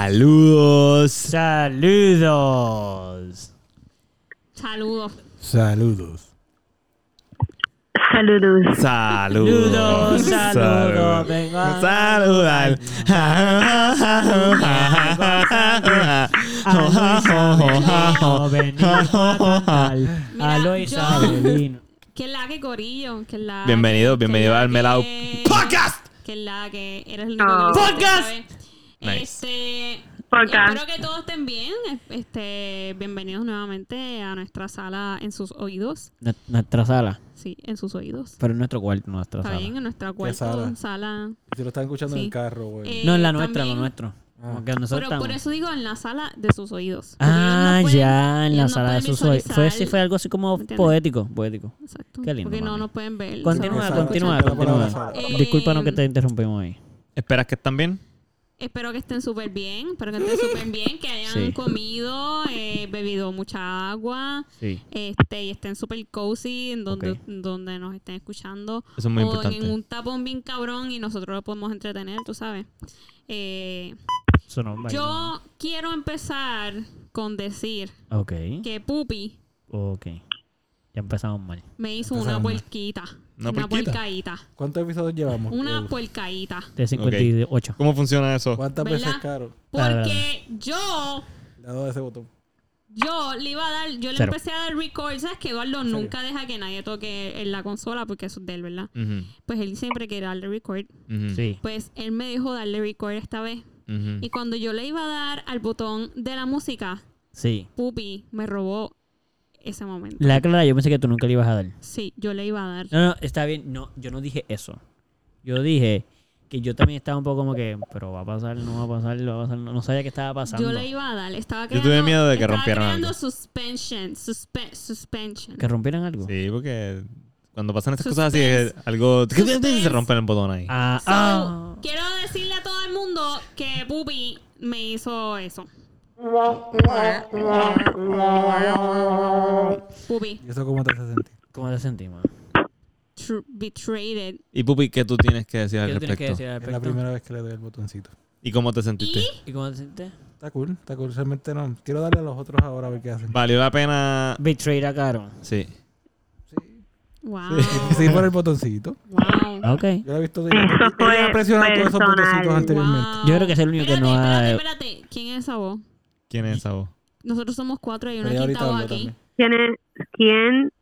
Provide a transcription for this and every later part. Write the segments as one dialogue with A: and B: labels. A: Saludos.
B: Saludos.
C: Saludos.
D: Saludos.
E: Saludos.
A: Saludos.
B: Saludos, saludos, vengo a-
A: Saludar.
C: Mira,
B: A Luis
C: yo-
B: Abelino.
C: Que es la que corillo, que es la
A: Bienvenido,
C: que-
A: bienvenido
C: que es la
A: al Melao
C: que-
A: Podcast.
C: Que es la que eres el único que lo
E: Oh.
C: hiciste,
A: Podcast.
C: ¿sabes?
A: Nice.
C: Este,
E: Podcast.
C: Espero que todos estén bien. Este, bienvenidos nuevamente a nuestra sala en sus oídos.
B: Nu- Nuestra sala,
C: Sí, en sus oídos.
B: pero en nuestro cuarto, nuestra
C: Está
B: sala.
C: bien, en nuestra cuarto
D: sala?
C: sala.
D: Si lo están escuchando en
C: Sí.
D: el carro, güey.
C: Eh,
B: No, en la nuestra, en
C: también. Ah.
B: la nuestra. Como que nosotros
C: Pero por
B: estamos.
C: eso digo en la sala de sus oídos. Porque
B: Ah,
C: ellos no pueden-
B: ya, en
C: ellos
B: la
C: no
B: sala de
C: pueden
B: sus oídos. Fue,
C: visualizar-
B: sí, fue algo así como
C: ¿Entiendes?
B: poético, poético.
C: Exacto.
B: Qué lindo,
C: Porque no
B: mami.
C: nos pueden ver.
B: Continúa,
C: ¿sabes?
D: Exacto.
B: continúa,
D: Exacto.
B: continúa.
D: Exacto.
C: Eh,
B: Discúlpanos que te interrumpimos ahí.
A: ¿Esperas que están bien?
C: Espero que estén súper bien, espero que estén súper bien, que hayan
B: Sí.
C: comido, eh, bebido mucha agua,
B: Sí.
C: este, y estén súper cozy en donde,
B: Ok.
C: donde nos estén escuchando.
A: Eso es muy
C: o
A: importante.
C: en un tapón bien cabrón y nosotros lo podemos entretener, tú sabes. Eh,
B: Sonó un baile.
C: yo quiero empezar con decir
B: Ok,
C: que Pupi
B: ok. Ya empezamos mal.
C: me hizo
D: Empezamos.
C: una puerquita.
A: ¿Una
C: Una,
A: puerquita?
C: puercaíta.
D: ¿Cuántos episodios llevamos?
C: Una
D: Edu?
C: puercaíta.
B: De 58.
A: ¿Cómo funciona eso?
D: ¿Cuántas
C: ¿Verdad?
D: veces caro?
B: Dale, dale,
C: Porque yo
D: Le ha dado ese botón.
C: Yo le iba a dar, yo le
B: Cero.
C: empecé a dar record, ¿sabes? Que Eduardo nunca deja que nadie toque en la consola porque eso es de él, ¿verdad?
A: Ujú,
C: Pues él siempre quiere darle record.
A: ujú,
B: Sí.
C: Pues él me dijo darle record esta vez.
A: ujú.
C: Y cuando yo le iba a dar al botón de la música,
B: Sí.
C: Pupi me robó ese momento.
B: La clara, yo pensé que tú nunca le ibas a dar.
C: Sí, yo le iba a dar.
B: No, no, está bien. No, yo no dije eso. Yo dije que yo también estaba un poco como que, pero va a pasar, no va a pasar, lo va a pasar. No, no sabía que estaba pasando.
C: Yo le iba a dar. Estaba
A: Yo tuve
C: creando,
A: miedo de que
C: estaba
A: rompieran
C: creando
A: algo.
C: suspension. suspe- suspension.
B: Que rompieran algo.
A: Sí, porque cuando pasan estas cosas así, es algo. Se rompen el botón ahí.
B: Ah,
C: So,
B: ah.
C: Quiero decirle a todo el mundo que Pupi me hizo eso. Pupi,
D: ¿Y eso cómo te hace sentir?
B: ¿Cómo te sentimos?
C: tr- betrayed.
A: Y Pupi, ¿qué tú tienes que decir al
B: ¿Qué tú tienes que
A: respecto?
B: decir al
D: Es la
B: respecto?
D: primera vez que le doy el botoncito.
A: ¿Y cómo te sentiste?
B: ¿Y cómo te sientes?
D: Está cool, está cool. Realmente no. Quiero darle a los otros ahora a ver qué hacen.
A: ¿Valió la pena?
B: Betrayed a Caro.
A: Sí.
C: Wow.
D: Sí, por el botoncito.
C: Wow.
B: Ah, Ok.
D: Yo la he visto.
E: Eso fue
D: Ella ha presionado todos esos
E: personal.
D: botoncitos anteriormente.
C: Wow.
B: Yo creo que es el único que
C: espérate,
B: no ha-
C: Espérate, espérate. ¿Quién es esa voz?
A: ¿Quién es esa voz?
C: Nosotros somos cuatro y hay una
D: Ella
C: quinta
D: ahorita
C: voz
D: habló
C: aquí.
D: también.
E: ¿Quién, es- quién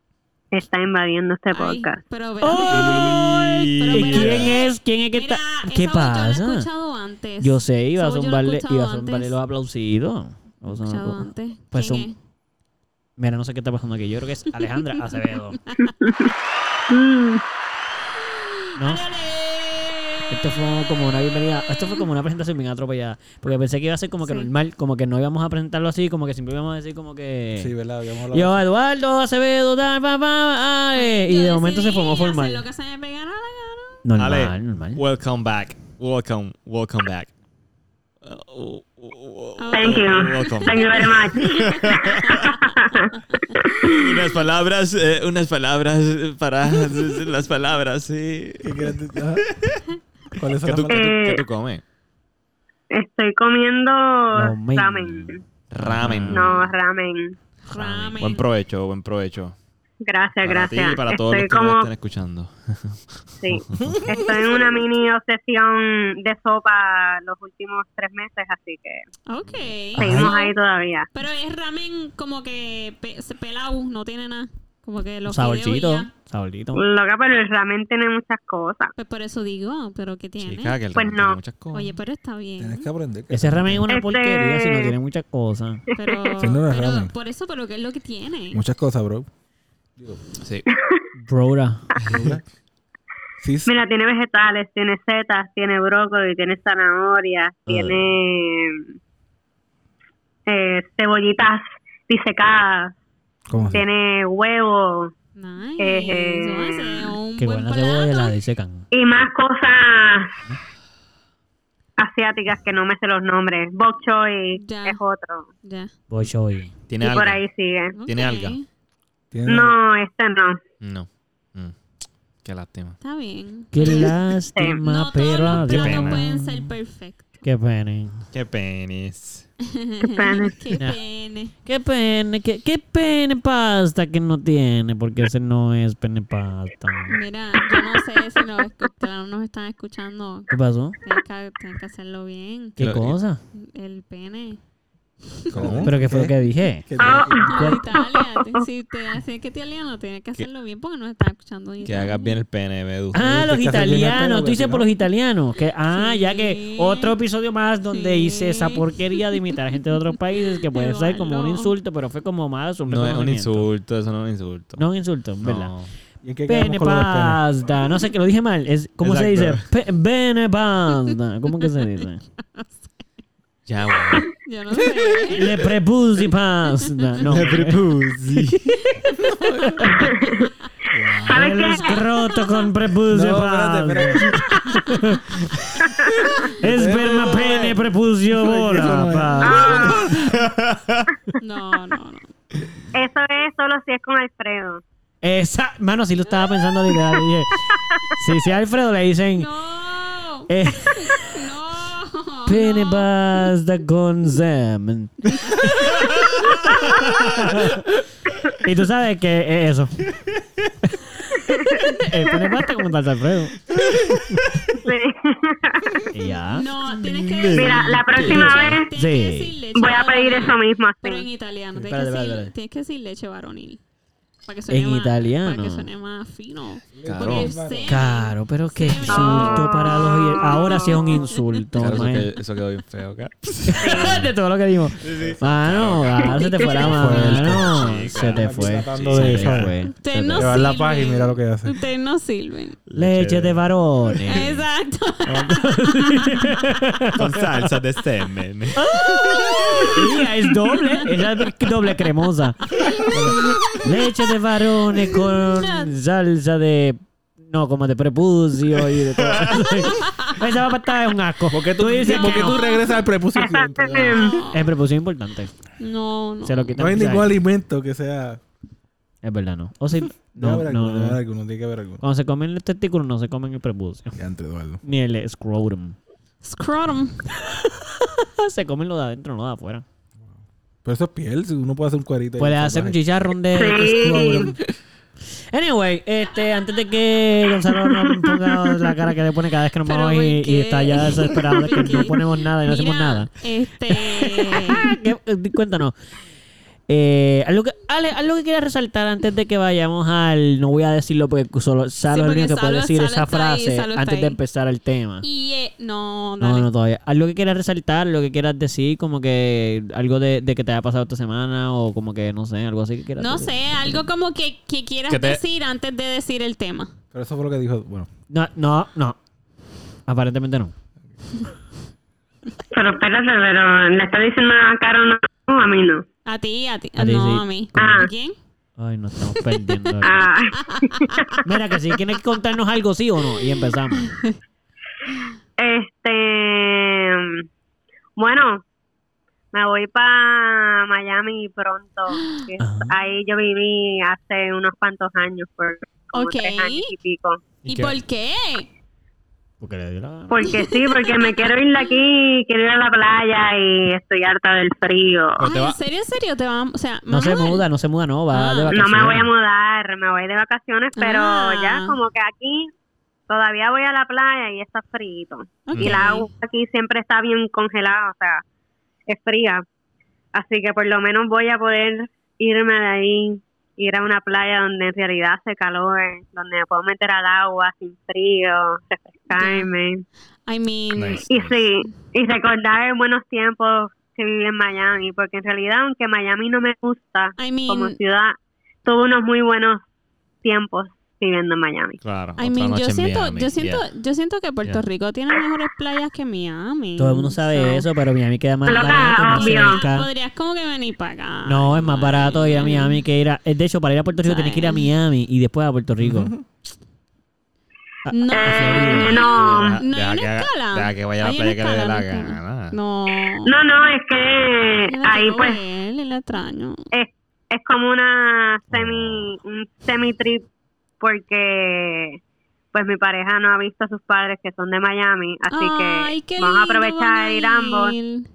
E: está invadiendo este
C: Ay,
E: podcast?
C: pero
B: ¡Ay!
C: Pero
B: ¿Y quién
C: espérate.
B: es? ¿Quién es que está?
C: Mira,
B: ¡Oh! ¿Qué
C: esa voz Yo la he
B: pasa?
C: escuchado antes.
B: Yo sé, iba a
C: Esa voz yo la he
B: zumbarle,
C: escuchado
B: iba a zumbarle
C: antes.
B: los aplausidos. Vamos a-
C: He escuchado antes.
B: Pues
C: ¿Quién
B: son-
C: es?
B: Mira, no sé qué está pasando aquí. Yo creo que es Alejandra Acevedo.
E: Mm,
B: ¿No?
C: ¡Dale!
B: Esto fue como una bienvenida. Esto fue como una presentación bien atropellada. Porque pensé que iba a ser como que
C: Sí.
B: normal, como que no íbamos a presentarlo así, como que siempre íbamos a decir como que.
D: Sí, ¿verdad? Habíamos hablado.
B: Yo, Eduardo Acevedo, tal, pa, pa, ale. Y
C: Yo
B: de momento se
C: decidí
B: formó
C: hacer
B: formal.
C: lo que se me pegara la gana.
B: Normal,
A: Ale,
B: normal.
A: Welcome back. Welcome, welcome back. Uh, uh, uh, uh,
E: Thank you.
A: Welcome.
E: Thank you very much.
A: Unas palabras, eh, unas palabras para las palabras, sí.
D: ¿Qué quieres decir? Ajá. ¿Cuáles son
A: ¿Qué
D: las
A: tú, qué
D: palabras?
A: tú-
E: Eh.
A: qué tú comes?
E: Estoy comiendo
B: Ramen.
E: ramen.
A: Ramen.
E: No, ramen.
C: Ramen.
A: Buen provecho, buen provecho.
E: Gracias,
A: Para ti
E: gracias.
A: y para todos los
E: Estoy
A: que nos
E: como,
A: estén escuchando.
E: sí, estoy en una mini obsesión de sopa los últimos tres meses, así que
C: Ok.
E: seguimos ahí todavía.
C: Pero es ramen como que pe pelado, no tiene nada. Como que los fideos y
B: Saborcito,
C: ya.
B: saborcito.
E: Loca, pero el ramen tiene muchas cosas.
C: Pues por eso digo, pero ¿qué tiene?
A: Chica, que el
E: Pues
A: ramen
E: no.
A: tiene muchas cosas.
C: Oye, pero está
D: Tienes
C: bien.
D: que aprender. que-
B: Ese ramen es una
E: Este-
B: porquería si no tiene muchas cosas.
C: Pero,
D: Eso no es
C: pero
D: ramen.
C: por eso, pero ¿qué es lo que tiene?
D: Muchas cosas, bro.
A: Sí.
B: Brora.
D: Sí,
E: Mira, tiene vegetales, tiene setas, tiene brócoli, tiene zanahorias, tiene eh, cebollitas disecadas,
D: ¿Cómo así?
E: tiene huevo
C: Nice.
E: Ejé.
C: Eso hace un
B: Qué
C: buen
B: buena cebolla la
C: plato.
B: disecan.
E: y más cosas asiáticas que no me sé los nombres. Bok choy
C: Ya.
E: es otro.
C: Ya.
B: Voy yo hoy.
E: Y
A: ¿Tiene algo?
E: por ahí sigue.
A: Tiene
C: Ok,
A: alga.
D: Tiene-
E: No, este no.
A: No. Mm. Qué lástima.
C: Está bien.
B: Qué lástima,
C: No todos
B: pero
C: los
B: adiós.
A: pena.
C: platos pueden ser perfectos.
B: Qué pene.
A: Qué penis.
E: Qué pena.
C: Qué
B: Nah.
C: pene.
B: Qué pene, qué, qué pene pasta que no tiene, porque ese no es pene pasta.
C: Mira, yo no sé si los escucharon, nos están escuchando.
B: ¿Qué pasó?
C: Tienes que, tienes que hacerlo bien.
B: ¿Qué
A: Lo- ¿Eh?
B: cosa?
C: El pene.
D: ¿Cómo?
B: ¿Pero qué fue lo que dije?
D: ¿Qué
E: Ah,
D: tiene que-
C: No, de Italia. Te- Si te hace que te italiano, tienes que
A: Que-
C: hacerlo bien porque nos están escuchando. en
A: Que
C: Italia.
A: hagas bien el pene, Bedu.
B: Ah, los
D: Sí, que estás haciendo el pelo,
B: italianos. Tú
D: porque
B: dices
D: si
B: por
D: no-
B: los italianos. Que, ah, ya que
C: Sí.
B: otro episodio más donde
C: Sí.
B: hice esa porquería de imitar a gente de otros países que puede ser como un
C: Eduardo.
B: insulto, pero fue como más un
A: No es un
B: reconocimiento.
A: insulto, eso no es un insulto.
B: No un insulto,
A: No.
B: ¿verdad?
D: ¿Y en qué
B: Pene
D: quedamos con lo del pene?
B: pasta. No sé que lo dije mal. Es, ¿Cómo se
A: Exacto.
B: dice? Pe- Pene pasta. ¿Cómo que se dice?
A: Ya, güey.
C: Yo no sé.
B: Le prepusi pasta. No.
A: Le prepuse.
E: ¿Sabes
B: El
E: qué?
B: escroto con prepucio
D: No,
B: pasta.
D: espérate, espérate.
B: Esperma, pene, prepucio,
D: Eso no
B: bola.
D: es.
B: pasta.
E: Ah,
C: No, no, no.
E: eso es solo si es con Alfredo.
B: Esa, mano, sí lo estaba pensando literal. Dije, si, si a Alfredo le dicen,
C: No.
B: eh,
C: No.
B: pene
C: no.
B: pasta con semen. y tú sabes que es eso. Eh, pene pasta como tal Alfredo.
E: Sí.
B: Y ya.
C: No, tienes que
E: Mira, la próxima vez
C: Tienes
B: Sí.
C: que decir leche
E: voy a pedir
C: varonil,
E: eso mismo
C: Pero en
E: así.
C: italiano. Tienes,
B: Espérate,
C: que, decir,
B: espérate, espérate.
C: tienes que decir leche varonil. Para que suene
B: En
C: más,
B: italiano.
C: Para que suene más fino.
A: Claro.
C: Porque semen-
B: Claro, pero qué
C: Sí.
B: insulto para los oyen- Ahora sí es un insulto,
A: Claro, eso,
B: man.
A: que- eso quedó bien feo, cara.
B: de todo lo que dimos. Mano, ah, se te fue la
D: Fuerte,
B: mano.
A: chica.
B: Se te
D: Aquí
B: fue.
D: tratando
B: se
D: de-
B: te
D: ¿sabes?
B: fue, se te
C: Ustedes no
B: fue.
D: Llevar
C: sirven.
D: la paz y mira lo que hace.
C: Ustedes no sirven.
B: Leche de varones.
C: Exacto.
A: Con salsa de semen.
B: Mira, es doble. Es doble cremosa. Leche de varones con salsa de. No, como de prepucio y de todo. Esa pasta es un asco.
D: ¿Por qué tú,
B: Tú dices
D: por
B: que
D: qué tú
B: no.
D: regresas al prepucio
E: Exacto.
D: occidental?
B: El prepucio es importante.
C: No, no.
B: Se lo
D: No
B: quitan.
D: hay
B: ¿sabes?
D: ningún alimento que sea...
B: Es verdad, no. O sea,
D: Debe
B: no,
D: haber
B: no,
D: alguno, debe haber
B: no.
D: alguno, tiene que haber alguno.
B: Cuando se comen el testículo, no se comen el prepucio.
D: Ya entre Eduardo.
B: Ni el scrotum.
C: Scrotum.
B: Se comen lo de adentro, no de afuera.
D: Pero eso es piel, si uno puede hacer un cuadrito. ahí,
B: Puedes
D: un
B: hacer un
D: tatuaje.
B: chicharrón de scrotum. Anyway, este, antes de que Gonzalo nos ponga la cara que le pone cada vez que nos
C: Pero
B: vamos
C: ¿por
B: y, y
C: qué?
B: está ya desesperado de que
C: ¿Por qué?
B: no ponemos nada y no hacemos
C: Mira,
B: nada.
C: Este.
B: ¿Qué- eh, Cuéntanos. Eh, algo, que, Ale, algo que quería resaltar antes de que vayamos al. No voy a decirlo porque solo Salo es el
C: porque
B: único que puede
C: Salo-
B: decir
C: Salo
B: esa
C: está ahí,
B: frase
C: Salo está
B: antes de
C: ahí.
B: empezar el tema.
C: Y. eh, no,
B: No,
C: dale.
B: no, todavía. Algo que quieras resaltar, lo que quieras decir, como que algo de, de que te haya pasado esta semana o como que, no sé, algo así que quieras
C: No
B: decir.
C: sé, algo como que, que quieras
A: Que te-
C: decir antes de decir el tema.
D: Pero eso fue lo que dijo, bueno.
B: No, no, no. Aparentemente no.
E: Pero espérate, pero le está diciendo a Caro no, a mí no.
C: A ti, a ti.
B: A ti,
C: no,
B: sí.
C: a mí.
E: Ah.
C: ¿A quién?
B: Ay, nos estamos perdiendo. aquí.
E: Ah,
B: Mira, que si tienes que contarnos algo, sí o no. Y empezamos.
E: este. Bueno, me voy para Miami pronto.
C: Ah.
E: que
B: Ajá.
E: Ahí yo viví hace unos cuantos años, por como
C: Ok.
E: tres años y pico.
A: ¿Y
C: ¿Y,
A: qué? Pues
C: por qué?
B: Porque le dio la gana.
E: Porque sí, porque me quiero ir de aquí, quiero ir a la playa y estoy harta del frío.
A: Pero te
C: Ah,
A: va-
C: ¿En serio, en serio? ¿Te vamos? O sea,
B: No se
C: vamos a-
B: muda, no se muda, no. Va
C: Ah.
B: de
C: No
E: No
B: vacaciones.
E: me voy a mudar, me voy de vacaciones, pero
C: Ah.
E: ya como que aquí todavía voy a la playa y está frío.
C: Ok.
E: Y la agua aquí siempre está bien congelada, o sea, es fría. Así que por lo menos voy a poder irme de ahí, ir a una playa donde en realidad hace calor, donde me puedo meter al agua sin frío, refrescarme.
C: I mean,
A: Nice,
E: Y
A: nice.
E: sí, y recordar buenos tiempos que viví en Miami, porque en realidad aunque Miami no me gusta
C: I
E: como
C: mean,
E: ciudad, tuve unos muy buenos tiempos viviendo en Miami.
A: Claro.
C: I
A: otra
C: mean,
A: noche
C: yo
A: en
C: siento,
A: Miami,
C: yo siento,
A: yeah.
C: yo siento que Puerto
A: Yeah.
C: Rico tiene mejores playas que Miami.
B: Todo el mundo sabe
C: So, ah,
B: eso, pero Miami queda más
E: Loca,
B: barato, más
E: obvio.
B: cerca.
C: Podrías como que venir para acá.
B: No, es más barato ir a
C: Ay.
B: Miami que ir a... eh, De hecho, para ir a Puerto Rico tienes que ir a
C: Ay.
B: Miami y después a Puerto Rico.
C: No,
A: horrible.
E: no.
A: Deja-
C: No hay
A: deja
C: una
A: que haga-
C: escala.
A: Deja que vaya a la
C: Hay
A: playa
C: una
A: que le dé la
C: escala, no entiendo.
A: gana.
C: No.
E: No, no, es que
C: Yo la
E: ahí
C: quiero
E: pues
C: ver, y la extraño.
E: es, es como una semi un semi trip porque pues mi pareja no ha visto a sus padres que son de Miami, así
C: Ay,
E: que
C: qué
E: vamos
C: lindo,
E: a
C: van
E: aprovechar
C: a
E: de ir ambos
C: ir.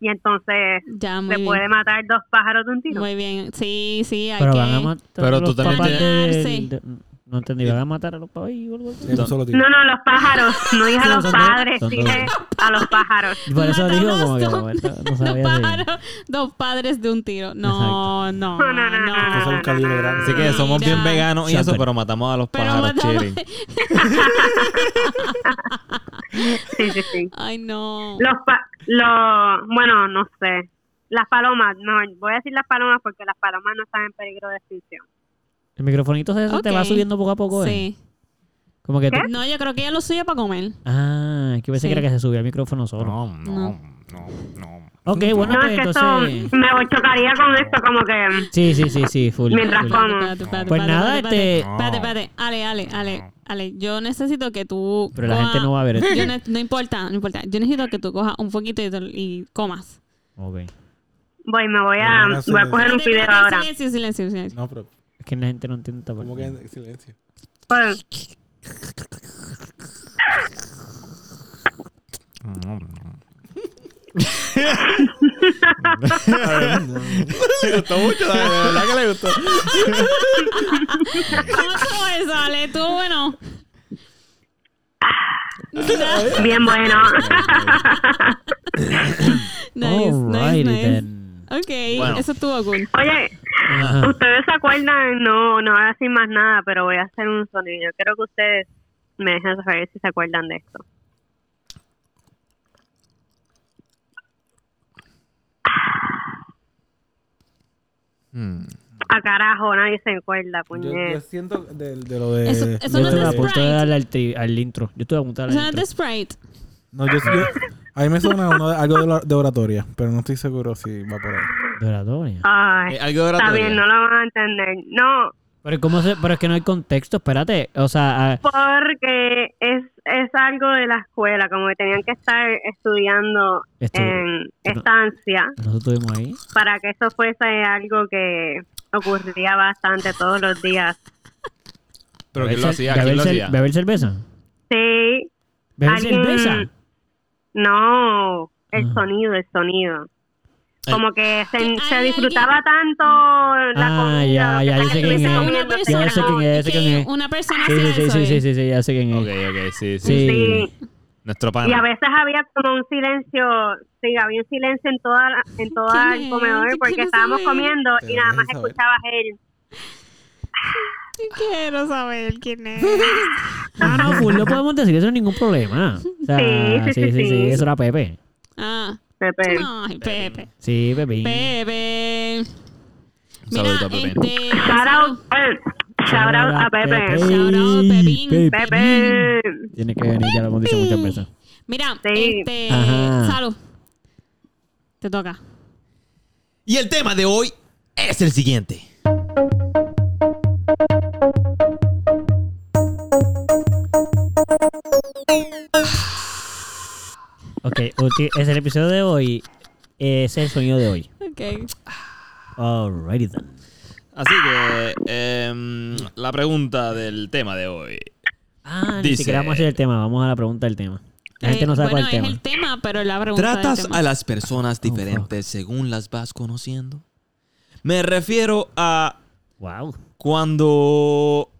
E: y entonces
C: Ya, muy
E: se
C: bien.
E: puede matar dos pájaros de un tiro.
C: Muy bien. Sí, sí, hay
B: Pero
C: que...
B: van a matar
A: Pero
B: a los
A: tú también
B: papás
C: tienes-
B: del- de- No entendí, ¿van a matar a los papás o algo así?
D: En un solo tiro.
E: No, no, los pájaros, no dije a
B: No,
E: los
B: son dos-
E: padres,
B: son dos.
E: dije a los pájaros.
B: Y Por eso
C: Mata
B: digo
C: unos
B: como que
C: dos-
B: como esto, no
C: dos,
B: sabía si...
C: pájaros, dos padres de un tiro. No, no,
E: No, no, no, no, no,
D: Entonces
E: no,
D: un calibre
E: no,
D: grande.
A: Así que somos bien
C: Mira.
A: veganos y eso,
B: Santa.
A: pero matamos a los
C: Pero
A: pájaros
C: matamos-
A: chilling.
E: Sí, sí, sí.
C: Ay, no.
E: Los, pa- los, bueno, no sé. Las palomas, no, voy a decir las palomas porque las palomas no están en peligro de extinción.
B: El microfonito de eso te va
C: Ok.
B: subiendo poco a poco, ¿eh?
C: Sí.
B: Como que tú...
C: No, yo creo que ella lo suya para comer.
B: Ah, es que pensé
C: Sí.
B: que era que se subía el micrófono solo.
A: No, no, no, no.
B: Ok, bueno,
E: No,
B: pues
E: es que eso
B: entonces...
E: me chocaría con esto, como que
B: Sí, sí, sí, sí, full.
E: Mientras
B: full.
E: como.
C: Espérate, espérate, espérate,
B: Pues
C: espérate,
B: nada,
C: espérate,
B: este-
C: Espérate, espérate. Ale, Ale, Ale, Ale. Yo necesito que tú.
B: Pero la gente no va a ver esto.
C: Yo ne- no importa, no importa. Yo necesito que tú cojas un poquito y, te- y comas.
B: Ok.
E: voy, me voy a,
D: No, no, no,
E: voy a coger
D: sí,
E: un
C: Espérate,
E: video
C: espérate,
E: ahora.
C: Silencio, silencio, silencio.
D: No, pero
B: Es que la gente no entiende esta
D: como
B: parte.
D: que en silencio.
E: Pues,
A: Le gustó mucho, la la verdad que le gustó.
C: ¿Cómo estuvo eso, Ale? ¿Estuvo bueno? Nice,
E: bien bueno.
B: Alrighty Oh,
C: nice, nice.
B: then.
C: Ok,
A: Bueno.
C: eso estuvo cool.
E: Oye,
B: Ajá.
E: ustedes se acuerdan, no, no voy a decir más nada, pero voy a hacer un sonido. Creo que ustedes me dejan saber si se acuerdan de esto.
A: Hmm.
E: A carajo, nadie se acuerda,
D: Yo, yo
E: puñet.
D: siento de, de lo de.
C: Eso- eso
B: Yo
D: de
C: no es
B: estuve
D: lo
B: a
C: de
B: punto de
C: Sprite.
B: darle al, tri- al intro. Yo estuve a punto
C: O
B: de darle al
C: sea,
B: intro.
C: de Sprite.
D: No, yo, yo- a mí me suena uno de- algo de, la- de oratoria, pero no estoy seguro si va por ahí.
B: De oratoria.
E: Ay,
A: Eh, Algo de
E: está
A: oratoria.
E: bien, no lo van a entender. No,
B: Pero, ¿cómo se, pero es que no hay contexto, espérate. O sea, ah,
E: Porque es, es algo de la escuela, como que tenían que estar estudiando
B: Estu-
E: en estancia
B: nosotros estuvimos ahí.
E: para que eso fuese algo que ocurría bastante todos los días.
A: Pero ¿quién lo
B: Beber
A: hacía?
B: cer-
A: ¿Quién lo
B: beber cer-
A: hacía?
B: ¿Beber cerveza?
E: Sí,
B: ¿Beber
E: Alguien-
B: cerveza?
E: no, el
B: Ah.
E: sonido, el sonido.
A: Ay.
E: Como que
C: Que
E: se, se
C: hay
E: disfrutaba tanto la
B: Ah,
E: comida.
B: ya, ya, yo sé quién
E: estuviese
B: es.
E: comiendo,
C: Una
B: Ya sé
C: persona-
B: quién es, ya sé
C: que
B: quién es.
C: Una persona
B: Sí,
C: hacía
B: sí, sí,
C: eso,
B: sí,
C: ¿eh?
B: sí, sí, sí, ya sé quién es.
A: Ok, ok, sí, sí.
B: Sí.
E: Sí.
A: Nuestro
E: Y a
A: pana.
E: veces había como un silencio, sí, había un silencio en toda la- en todo
C: ¿Quién
E: el
C: es?
E: comedor
C: Yo
E: porque
C: quiero
E: estábamos
C: saber.
E: comiendo y
D: Pero
E: nada más
D: déjame saber.
E: escuchabas él.
C: Quiero saber quién es.
B: Ah, no, full, lo podemos decir, eso no es ningún problema. O sea, sí,
E: Sí, sí,
B: sí, sí,
E: sí, sí.
B: eso era Pepe.
C: Ah,
E: Pepe.
C: ay, Pepe.
B: Sí, Pepe.
C: Pepe.
A: Un
C: Mira,
A: saludito, Pepe.
C: este...
E: Shout out, eh, shout out a Pepe.
C: Shout out, Pepín.
E: Pepe.
B: Tiene que venir, ya lo hemos dicho muchas veces.
C: Mira,
E: Sí.
C: este...
B: Ajá.
C: Salud. Te toca.
A: Y el tema de hoy es el siguiente.
B: Ok, ulti- es el episodio de hoy. Es el sonido de hoy.
C: Ok.
B: Alrighty then.
A: Así que em, la pregunta del tema de hoy.
B: Ah, ni
A: Dice-
B: siquiera vamos a hacer el tema, vamos a la pregunta del tema. La gente
C: Eh,
B: no sabe
C: bueno,
B: cuál es el
C: es el
B: tema.
C: tema, pero la pregunta del
A: ¿Tratas
C: tema.
A: a las personas diferentes según las vas conociendo? Me refiero a
B: Wow.
A: cuando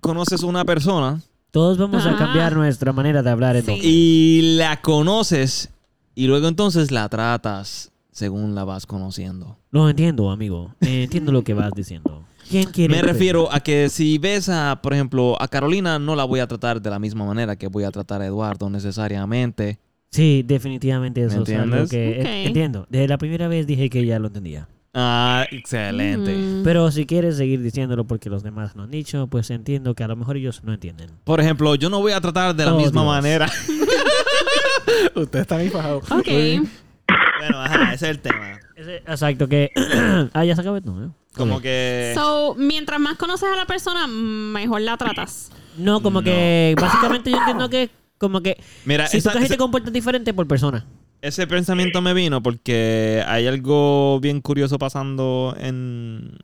A: conoces a una persona
B: Todos vamos a
C: Ajá.
B: cambiar nuestra manera de hablar entonces.
A: y la conoces y luego entonces la tratas según la vas conociendo.
B: No entiendo, amigo. Eh, entiendo lo que vas diciendo. ¿Quién quiere?
A: Me
B: empezar?
A: refiero a que si ves a, por ejemplo, a Carolina, no la voy a tratar de la misma manera que voy a tratar a Eduardo necesariamente.
B: Sí, definitivamente eso es algo
A: entiendes?
B: que
C: Ok.
B: eh, entiendo. Desde la primera vez dije que ya lo entendía.
A: Ah, excelente.
C: Mm.
B: Pero si quieres seguir diciéndolo porque los demás lo han dicho, pues entiendo que a lo mejor ellos no entienden.
A: Por ejemplo, yo no voy a tratar de la
B: Oh,
A: misma
B: Dios.
A: manera.
D: Ustedes están ahí fajados.
C: Ok.
A: bueno, ajá, ese es el tema.
B: Ese- Exacto, que... ah, ya se acabó esto, ¿no?
A: Como que.
C: So, mientras más conoces a la persona, mejor la tratas.
B: No, como
A: No.
B: que básicamente yo entiendo que como que
A: Mira,
B: si
A: esa-
B: tú casi
A: esa-
B: te comportas diferente por persona.
A: Ese pensamiento me vino porque hay algo bien curioso pasando en,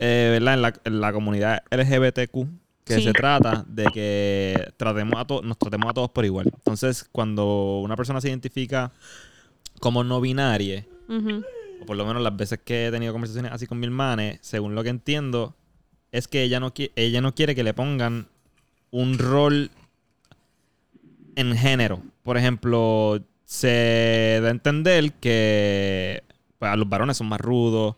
A: eh, ¿verdad? en, la, en la comunidad LGBTQ que
C: Sí.
A: se trata de que tratemos a to- nos tratemos a todos por igual. Entonces, cuando una persona se identifica como no binaria,
C: Ujú.
A: o por lo menos las veces que he tenido conversaciones así con mi hermana, según lo que entiendo, es que ella no, qui- ella no quiere que le pongan un rol en género. Por ejemplo, se da a entender que pues, a los varones son más rudos,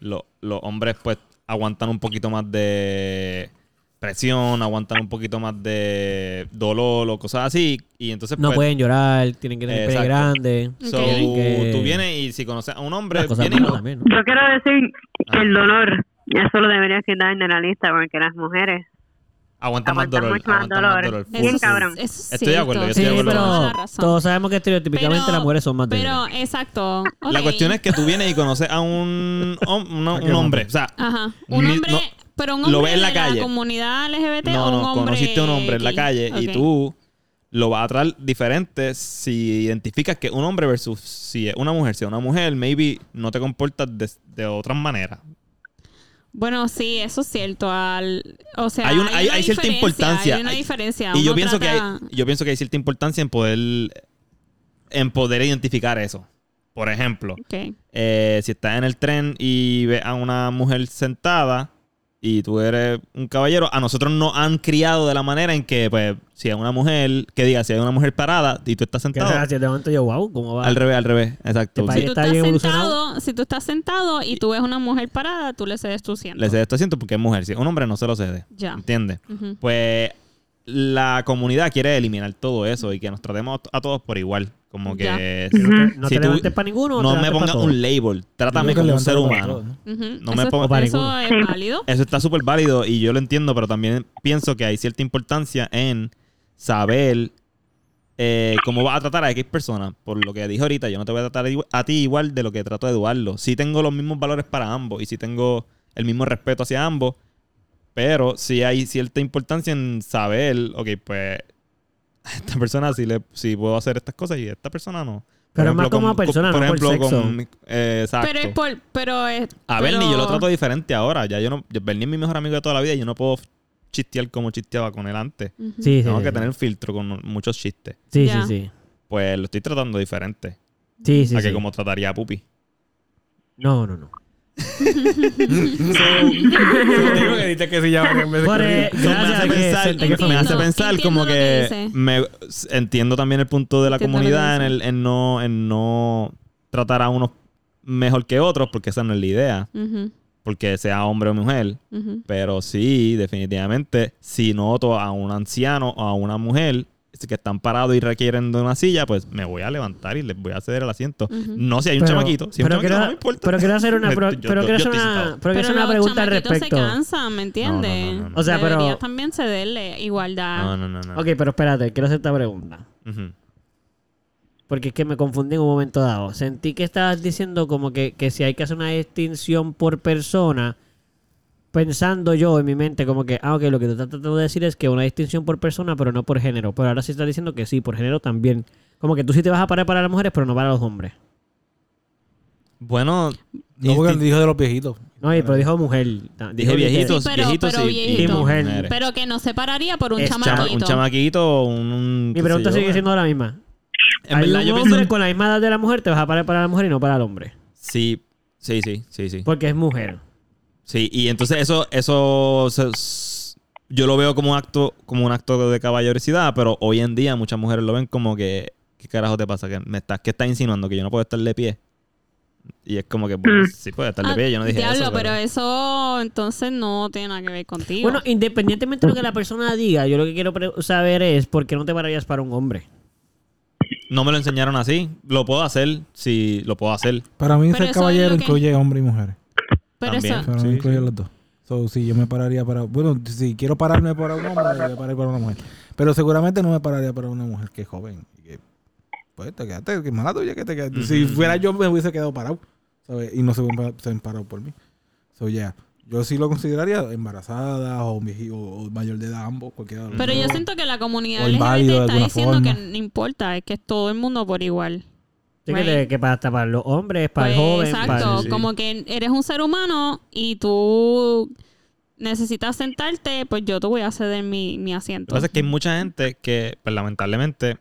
A: lo- los hombres pues aguantan un poquito más de presión, aguantan un poquito más de dolor o cosas así. Y entonces
B: No
A: pues,
B: pueden llorar, tienen que tener pene
A: Exacto.
B: grande.
A: so,
C: Ok.
B: Tienen que-
A: tú vienes y si conoces a un hombre,
B: Las cosas
A: vienes y
B: malas
A: lo-
B: también, ¿no?
E: Yo quiero decir que el
B: Ah.
E: dolor, eso lo debería quitar en la lista porque las mujeres
A: Aguanta más
E: Aguantan
A: dolor.
E: mucho más
A: aguanta
E: dolor.
A: más dolor.
E: Bien
A: Full,
C: es-
A: full.
E: cabrón.
C: eso es
A: Estoy de acuerdo, yo
B: Sí,
A: estoy de acuerdo.
C: tienes toda
B: pero
C: la razón.
B: todos sabemos que estereotípicamente
C: Pero-
B: las mujeres son más débiles.
C: Pero, exacto.
A: La
C: ok.
A: cuestión es que tú vienes y conoces a un, hom- un- un
D: qué
A: hombre. O sea,
C: Ajá. Un
A: Ni-
C: hombre.
A: no,
C: pero un
A: lo
C: hombre
A: ves en la
C: de
A: calle.
C: la comunidad LGBT o
A: no,
C: este un
A: no,
C: hombre.
A: conociste a un hombre en la
C: X?
A: calle y
C: Ok.
A: tú lo vas a tratar diferente si identificas que un hombre versus si es una mujer. Si es una mujer, maybe no te comportas de, de otras maneras.
C: Bueno, sí, eso es cierto. Al, o sea,
A: Hay un- hay-
C: una
A: hay cierta
C: diferencia,
A: importancia.
C: Hay una
A: Hay-
C: diferencia.
A: Y yo
C: Uno
A: pienso, que hay,
C: trata-
A: yo pienso que hay cierta importancia en poder, en poder identificar eso. Por ejemplo,
C: Ok.
A: Eh, si estás en el tren y ves a una mujer sentada y tú eres un caballero, a nosotros nos han criado de la manera en que, pues, si hay una mujer, que diga, si hay una mujer parada y tú estás
B: Que
A: sentado,
B: gracias, de momento yo, wow, ¿cómo va?
A: al revés, al revés,
B: Te
A: exacto. Sí,
C: Si
B: parece
C: tú,
B: está
C: estás
B: bien evolucionado.
C: sentado, si tú estás sentado y tú ves una mujer parada, tú le cedes tu asiento.
A: le cedes tu asiento porque es mujer, si es un hombre no se lo cede,
C: Ya.
A: ¿entiendes?
C: Ujú.
A: Pues la comunidad quiere eliminar todo eso y que nos tratemos a todos por igual, como que...
B: Que no te, no
A: si
B: te
A: tú-
B: levantes para ninguno,
A: No
B: te
A: me
B: levantes pa'
A: pongas
B: todos.
A: un label, trátame
D: Yo creo que
A: como un
D: levantaron
A: ser
D: para
A: humano.
D: todos, ¿no?
C: Ujú.
A: No me
C: eso,
A: pongo-
B: Para
C: eso
B: ninguno.
C: es
E: Sí.
C: válido.
A: Eso está súper válido y yo lo entiendo, pero también pienso que hay cierta importancia en saber eh, cómo vas a tratar a X persona. Por lo que dije ahorita, yo no te voy a tratar igu- a ti igual de lo que trato a Eduardo. Sí tengo los mismos valores para ambos y sí tengo el mismo respeto hacia ambos, pero sí hay cierta importancia en saber, ok, pues a esta persona sí, le, sí puedo hacer estas cosas y a esta persona no. Por
B: Pero más como
A: con-
B: a persona,
A: por
B: no por
A: ejemplo,
B: sexo.
A: con- eh, exacto.
C: Pero es por. Pero es,
A: A
C: pero-
A: Bernie yo lo trato diferente ahora. Ya yo no, yo- Bernie es mi mejor amigo de toda la vida y yo no puedo chistear como chisteaba con él antes.
C: Ujú.
B: Sí, sí,
A: Tengo
B: sí,
A: que
B: sí.
A: tener filtro con muchos chistes.
B: Sí, sí,
C: Ya.
B: sí.
A: Pues lo estoy tratando diferente
B: Sí, sí,
A: a Ah, que
B: sí.
A: como trataría a Pupi.
B: No, no, no.
D: Digo que dijiste que sí ya varias veces
B: Por,
D: que
B: eh,
D: sí.
A: Eso me
B: gracias,
A: hace
B: que
A: pensar,
B: senté que fue
A: me
B: mal.
A: hace pensar
C: Entiendo
A: como
C: lo que
A: que,
C: dices.
A: me- s- entiendo también el punto de la
C: Entiendo lo que
A: comunidad en, el,
C: dices.
A: en no, en no tratar a unos mejor que otros, porque esa no es la idea,
C: Ujú,
A: porque sea hombre o mujer.
C: ujú.
A: Pero sí, definitivamente, si noto a un anciano o a una mujer que están parados y requieren de una silla, pues me voy a levantar y les voy a ceder el asiento.
C: Ujú.
A: No si hay un chamaquito. Si hay un chamaquito,
B: pero quiero-
A: no me importa.
B: pero quiero hacer una,
A: Yo-
B: pero,
A: yo-
B: pero quiero
A: yo
B: hacer
A: estoy
B: una,
A: sentado.
B: pero quiero hacer una
C: los
B: pregunta al
C: chamaquitos
B: respecto.
C: se cansan, ¿me entiendes?
A: No, no, no, no.
B: O sea, pero-
C: Deberías también cederle igualdad.
A: No, no, no. no.
B: Ok, pero espérate, quiero hacer esta pregunta.
A: Ujú.
B: Porque es que me confundí en un momento dado. Sentí que estabas diciendo como que, que si hay que hacer una distinción por persona, pensando yo en mi mente como que, ah, ok, lo que tú estás tratando de decir es que una distinción por persona, pero no por género. Pero ahora sí estás diciendo que sí, por género también. Como que tú sí te vas a parar para las mujeres, pero no para los hombres.
A: Bueno,
D: No, porque dijo de los viejitos.
B: No, y- pero dijo mujer.
A: dije viejitos,
C: Sí, pero-
A: viejitos
C: pero
A: y,
C: viejito.
B: Y mujer.
C: Pero que no se pararía por un
B: Es
A: Chama-
C: chamaquito.
A: un chamaquito, un... un-
B: Mi
A: qué
B: pregunta
A: sé yo,
B: sigue siendo la misma.
A: En
B: Hay
A: verdad,
B: un
A: yo
B: hombre
A: pienso...
B: con la misma edad de la mujer, te vas a parar para la mujer y no para el hombre.
A: Sí, sí, sí, sí, sí.
B: Porque es mujer.
A: Sí, y entonces eso, eso se- s- yo lo veo como un acto, como un acto de caballerosidad, pero hoy en día muchas mujeres lo ven como que, ¿qué carajo te pasa? Que me estás, ¿qué estás insinuando? Que yo no puedo estar de pie. Y es como que, bueno,
E: Mm.
A: sí puedo estar de
C: Ah,
A: pie, yo no dije
C: diablo,
A: eso.
C: pero eso entonces no tiene nada que ver contigo.
B: Bueno, independientemente de lo que la persona diga, yo lo que quiero pre- saber es por qué no te pararías para un hombre.
A: No me lo enseñaron así. Lo puedo hacer, sí, lo puedo hacer.
D: Para mí
C: Pero
D: ser
C: eso es
D: caballero
C: lo que-
D: incluye hombres y mujeres.
C: pero
A: también.
C: eso,
D: Pero
A: Sí,
D: no incluye los dos. So, si yo me pararía para... Bueno, si quiero pararme para un hombre, me pararé para una mujer. Pero seguramente no me pararía para una mujer que es joven. Y que, pues te quedaste, que mala tuya que te quedaste. Si fuera yo, me hubiese quedado parado. ¿sabes? Y no se hubiesen pa- se han parado por mí. So, yeah. Yo sí lo consideraría embarazada o, vieji- o- o mayor de edad, ambos, cualquiera. de los
C: Pero
D: dos.
C: yo
A: Mm.
C: siento que la comunidad
D: O inválido
C: LGBT
D: de
C: está
D: alguna
C: diciendo que
D: forma.
C: no importa, es que es todo el mundo por igual.
B: Sí, que,
C: Right.
B: te- que para, hasta para los hombres, para el
C: Pues,
B: joven. para
C: Exacto,
B: el-
A: sí.
C: como que eres un ser humano y tú necesitas sentarte, pues yo te voy a ceder mi,
A: Lo
C: mi
A: que
C: asiento.
A: pasa es que hay mucha gente que, pues, lamentablemente,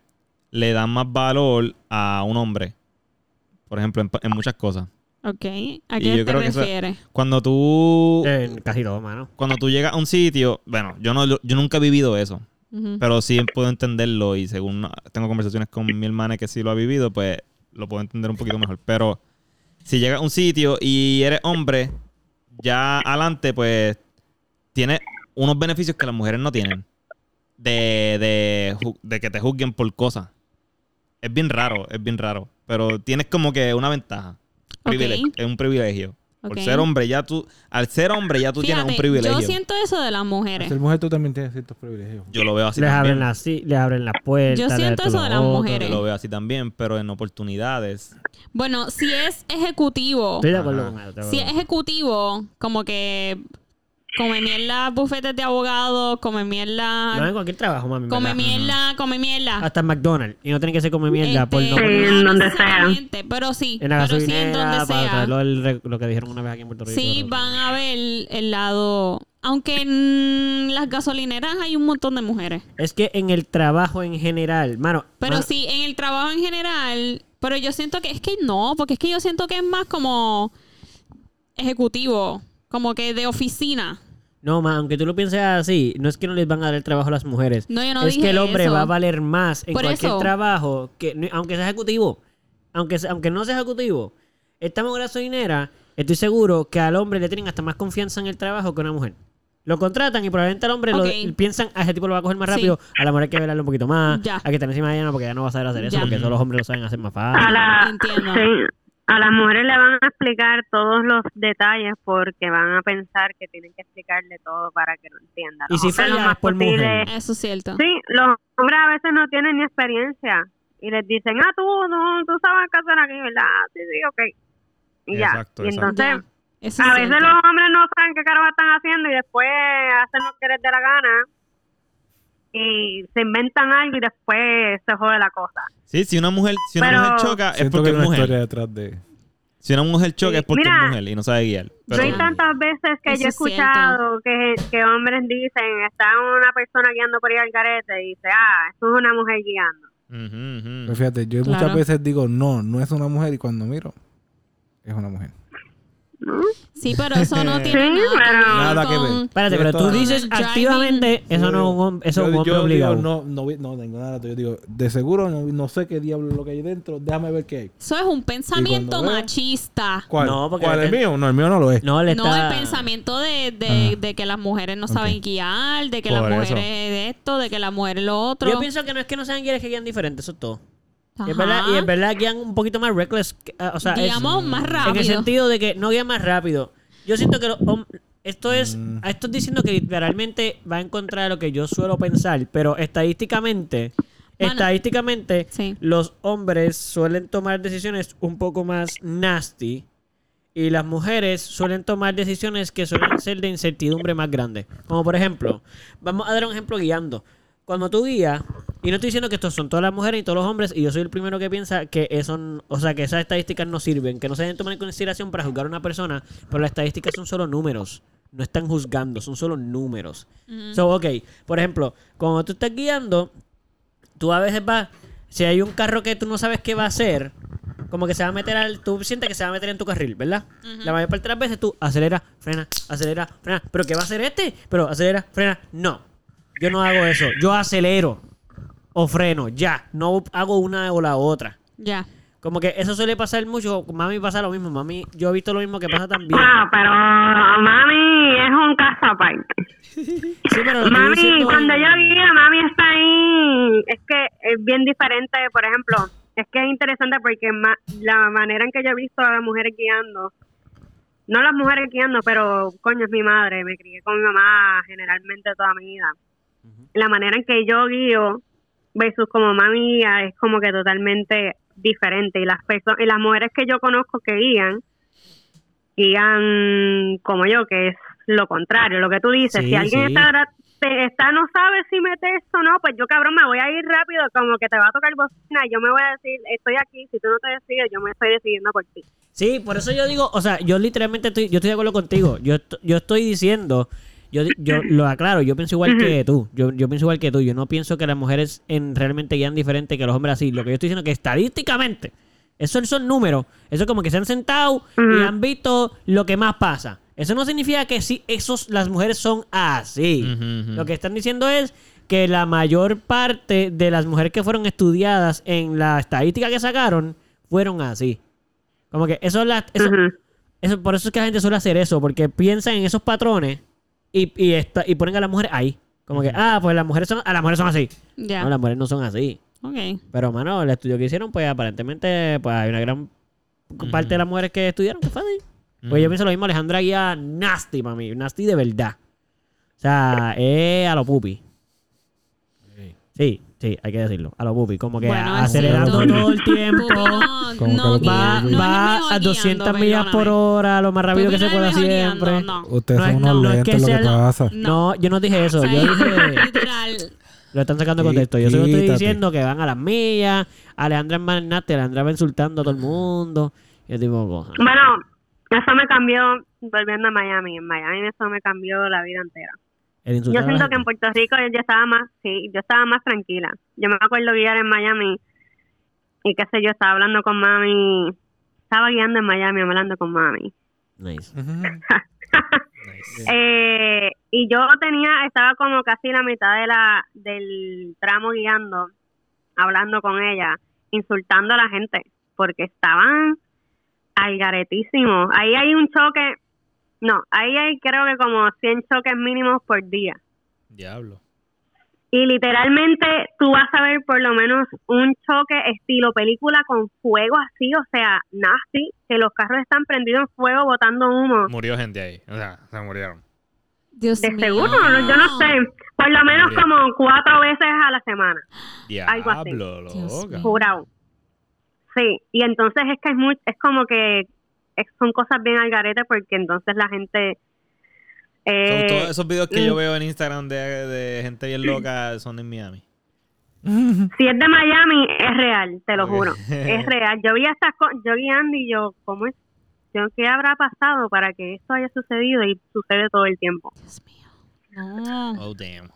A: le dan más valor a un hombre. Por ejemplo, en, pa- en muchas cosas.
C: Ok, ¿a
A: Y
C: qué
A: yo
C: te
A: creo que eso-
C: refieres?
A: Cuando tú,
B: Eh, casi todo, mano.
A: cuando tú llegas a un sitio, bueno, yo, no, yo nunca he vivido eso,
C: Ujú.
A: pero sí puedo entenderlo y según tengo conversaciones con mi hermana que sí lo ha vivido, pues lo puedo entender un poquito mejor. Pero si llegas a un sitio y eres hombre, ya adelante, pues tienes unos beneficios que las mujeres no tienen. De, de, ju- de que te juzguen por cosas. Es bien raro, es bien raro. Pero tienes como que una ventaja. Privilegio- Es un privilegio. Por
C: Ok.
A: ser hombre, ya tú. Al ser hombre, ya tú tienes un
C: Fíjate,
A: privilegio.
C: Yo siento eso de las
D: Al
C: mujeres.
D: ser mujer tú también tienes ciertos privilegios.
A: Yo lo veo así
B: les, abren
A: también.
B: las, si- les abren las puertas.
C: Yo
B: les
C: siento
B: esto,
C: eso
B: lo
C: de las
B: otro.
A: Yo
C: mujeres.
A: lo veo así también, pero en oportunidades.
C: Bueno, si es ejecutivo,
B: Estoy de acuerdo
A: Ajá.
B: con él. estoy de
C: si es
B: acuerdo.
C: ejecutivo, como que come mierda bufetes de abogados, come
B: No en
C: mierda,
B: cualquier trabajo, mami. en
C: come
B: verdad.
C: mierda, come mierda.
B: Hasta en McDonald's. Y no tienen que ser come mierda por
C: Este,
B: no.
E: Sí, en
C: no
E: donde sea.
C: necesariamente, Pero sí,
B: En
C: pero
B: la
C: sí, en
B: gasolinera,
C: donde
B: para
C: sea.
B: traerlo el re- lo que dijeron una vez aquí en Puerto Rico.
C: Sí,
B: creo.
C: van a ver el lado. Aunque en las gasolineras hay un montón de mujeres.
B: Es que en el trabajo en general, mano.
C: Pero
B: mano,
C: sí, en el trabajo en general. Pero yo siento que es que no, porque es que yo siento que es más como ejecutivo, como que de oficina.
B: No, ma, aunque tú lo pienses así, no es que no les van a dar el trabajo a las mujeres.
C: No, yo no
B: es
C: dije
B: que el hombre
C: eso.
B: va a valer más en
C: Por
B: cualquier
C: eso.
B: trabajo, que, ni- aunque sea ejecutivo. Aunque, sea- aunque no sea ejecutivo. Estamos en gasolinera, estoy seguro que al hombre le tienen hasta más confianza en el trabajo que a una mujer. Lo contratan y probablemente al hombre lo
C: Ok.
B: piensan, a ese tipo lo va a coger más
C: Sí.
B: rápido, a la mujer hay que velarlo un poquito más,
C: Ya.
B: hay que estar encima de ella no, porque ya no va a saber hacer eso,
C: Ya.
B: porque eso los hombres lo saben hacer más fácil.
D: Ah.
E: A, la,
C: Entiendo.
E: sí, a las mujeres le van a explicar todos los detalles porque van a pensar que tienen que explicarle todo para que lo entiendan.
B: Y si
E: Los hombres lo
B: falla
E: más
B: es por
E: posible-
B: mujer.
C: Eso es cierto.
E: Sí, los hombres a veces no tienen ni experiencia y les dicen, ah, tú, no, tú sabes qué hacer aquí, ¿verdad? Ah, Sí, sí, ok. Y ya.
A: Exacto,
E: y
A: exacto.
E: entonces,
C: Ya, eso es
E: a veces
C: cierto.
E: los hombres no saben qué carajo están haciendo y después hacen lo que les dé la gana y se inventan algo y después se jode la cosa.
A: Sí, si una mujer, si una
E: Pero-
A: mujer choca, es
D: Siento
A: porque
D: que
A: es
D: hay una historia
A: mujer.
D: detrás de...
A: Si una mujer choca, es porque
E: Mira,
A: es mujer y no sabe guiar. Pero,
E: yo hay tantas veces que
C: Eso
E: yo he
C: es cierto.
E: escuchado que, que hombres dicen, está una persona guiando por ahí al garete y dice, ah, eso es una mujer guiando.
A: Ujú, ujú.
B: Mm.
D: Pero Pues fíjate, yo
C: Claro.
D: muchas veces digo, no, no es una mujer. Y cuando miro, es una mujer.
C: Sí, pero eso no tiene
E: Sí,
C: nada,
E: pero-
D: Nada que
C: con-
D: ver.
B: Espérate,
D: Tienes
B: pero
D: toda
B: tú
D: la-
B: dices
C: Driving.
B: activamente, eso
D: Yo
B: no es un
D: digo-
B: hombre, eso es
D: yo-
B: un hombre
D: yo digo,
B: obligado.
D: no, no, vi- no tengo nada. Yo digo, de seguro no, no sé qué diablo es lo que hay dentro. Déjame ver qué hay.
C: Eso es un pensamiento
D: veo-
C: machista.
D: ¿Cuál?
B: No, porque
D: ¿Cuál
B: la
D: es
B: gente-
D: mío? No, el mío no lo es.
B: No, le está...
C: No, el pensamiento de, de, de que las mujeres no saben guiar, de que las
A: Por
C: mujeres
A: eso.
C: de esto, de que las mujeres lo otro.
B: Yo pienso que no es que no sean guías, es que guían diferente, eso es todo. Y es
C: Ajá.
B: verdad, y es verdad guían un poquito más reckless. que- ah, o sea, es-
C: Digamos, más
B: En
C: rápido.
B: el sentido de que no guían más rápido. Yo siento que los hom- esto es, a esto es diciendo que literalmente va en contra de lo que yo suelo pensar, pero estadísticamente,
C: Mano.
B: estadísticamente,
C: Sí.
B: los hombres suelen tomar decisiones un poco más nasty. Y las mujeres suelen tomar decisiones que suelen ser de incertidumbre más grande. Como por ejemplo, vamos a dar un ejemplo guiando. Cuando tú guías, y no estoy diciendo que estos son todas las mujeres y todos los hombres, y yo soy el primero que piensa que eso, n- o sea, que esas estadísticas no sirven, que no se deben tomar en consideración para juzgar a una persona, pero las estadísticas son solo números. No están juzgando, son solo números. So, ok, por ejemplo, cuando tú estás guiando, tú a veces vas, si hay un carro que tú no sabes qué va a hacer, como que se va a meter al, tú sientes que se va a meter en tu carril, ¿verdad? La mayor parte de las veces tú acelera, frena, acelera, frena, pero ¿qué va a hacer este? Pero acelera, frena, no. Yo no hago eso, yo acelero o freno, ya, no hago una o la otra.
C: Ya.
B: Como que eso suele pasar mucho, con mami pasa lo mismo, mami, yo he visto lo mismo que pasa también.
E: Wow, Ah, pero mami es un caso aparte.
B: Sí, pero lo estoy
E: Mami,
B: diciendo
E: cuando
B: en-
E: yo guía, mami está ahí. Es que es bien diferente, por ejemplo, es que es interesante porque ma- la manera en que yo he visto a las mujeres guiando, no las mujeres guiando, pero coño, es mi madre, me crié con mi mamá generalmente toda mi vida. La manera en que yo guío versus como mami guía es como que totalmente diferente y las personas y las mujeres que yo conozco que guían guían como yo, que es lo contrario, lo que tú dices.
B: Sí,
E: si alguien
B: sí.
E: está, gra- te- está, no sabe si meterse o no, pues yo cabrón me voy a ir rápido, como que te va a tocar bocina, yo me voy a decir, estoy aquí, si tú no te decides, yo me estoy decidiendo por ti.
B: Sí, por eso yo digo, o sea, yo literalmente estoy, yo estoy de acuerdo contigo. Yo, est- yo estoy diciendo, yo, di- yo lo aclaro, yo pienso igual que tú. Yo, yo pienso igual que tú. Yo no pienso que las mujeres en, realmente guían diferente que los hombres así. Lo que yo estoy diciendo es que estadísticamente, esos son números. Eso es como que se han sentado y
E: Ujú.
B: han visto lo que más pasa. Eso no significa que sí, esos, las mujeres son así.
A: Ujú, ujú.
B: Lo que están diciendo es que la mayor parte de las mujeres que fueron estudiadas en la estadística que sacaron fueron así. Como que eso, es la, eso,
E: Ujú.
B: eso- por eso es que la gente suele hacer eso, porque piensan en esos patrones y, y, esta- y ponen a las mujeres ahí. Como que, ah, pues las mujeres son, ah, las mujeres son así.
C: Ya.
B: No, las mujeres no son así.
C: Ok.
B: Pero, mano, el estudio que hicieron, pues aparentemente, pues hay una gran parte de las mujeres que estudiaron que fue así. Pues yo pienso lo mismo, Alejandra guía nasty para mí, nasty de verdad. O sea, es a lo pupi. Sí, sí, hay que decirlo, a lo pupi. Como que
C: Bueno, así
B: acelerando
D: todo.
B: todo el tiempo.
C: Pupi
D: Como
C: no, no
D: que lo
B: va
C: guía, no es
B: va
C: mejor
B: a 200
C: guiando,
B: millas por
C: perdóname.
B: hora, lo más rápido
C: Pupi
B: que se
C: no
B: pueda
C: es mejor
B: siempre.
C: guiando,
B: no.
C: no.
D: Ustedes
B: No es-
D: son unos
B: no, no es
D: lentos
B: que
D: lo que
B: sea la-
D: pasa.
B: yo no dije eso.
C: O sea,
B: Yo dije.
C: literal.
B: Lo están sacando de
D: Qui-
B: contexto. Yo solo estoy
D: quítate.
B: diciendo que van a las millas. Alejandra es más nasty, Alejandra va insultando a todo el mundo. Yo tipo, coja.
E: Bueno, eso me cambió volviendo a Miami. En Miami eso me cambió la vida entera.
B: El
E: Yo
B: insultar a la
E: siento que en
B: gente.
E: Puerto Rico yo ya estaba más, sí, yo estaba más tranquila. Yo me acuerdo guiar en Miami y qué sé yo, estaba hablando con mami, estaba guiando en Miami, hablando con mami.
B: Nice.
E: Eh, y yo tenía, estaba como casi la mitad de la, del tramo guiando, hablando con ella, insultando a la gente, porque estaban al garetísimo. Ahí hay un choque, no, ahí hay creo que como 100 choques mínimos por día.
A: Diablo.
E: Y literalmente tú vas a ver por lo menos un choque estilo película con fuego así, o sea, nasty, que los carros están prendidos en fuego, botando humo.
A: Murió gente ahí. O sea, se murieron.
C: Dios
E: De
C: mío.
E: seguro, no, yo no sé. Por lo menos
A: Murió.
E: como cuatro veces a la semana, Algo así.
A: Diablo,
C: Dios
A: loca.
C: mío.
E: jurado. Sí, y entonces es que es, muy, es como que es- son cosas bien al garete porque entonces la gente...
A: Son
E: eh,
A: todos esos videos que
E: mm.
A: yo veo en Instagram de, de gente bien loca son en Miami.
E: Si es de Miami, es real, te lo
A: Ok.
E: juro. Es real. Yo vi estas co- yo guiando y yo, ¿cómo es? Yo, ¿Qué habrá pasado para que esto haya sucedido? Y sucede todo el tiempo.
C: Dios mío. No.
A: Oh, damn.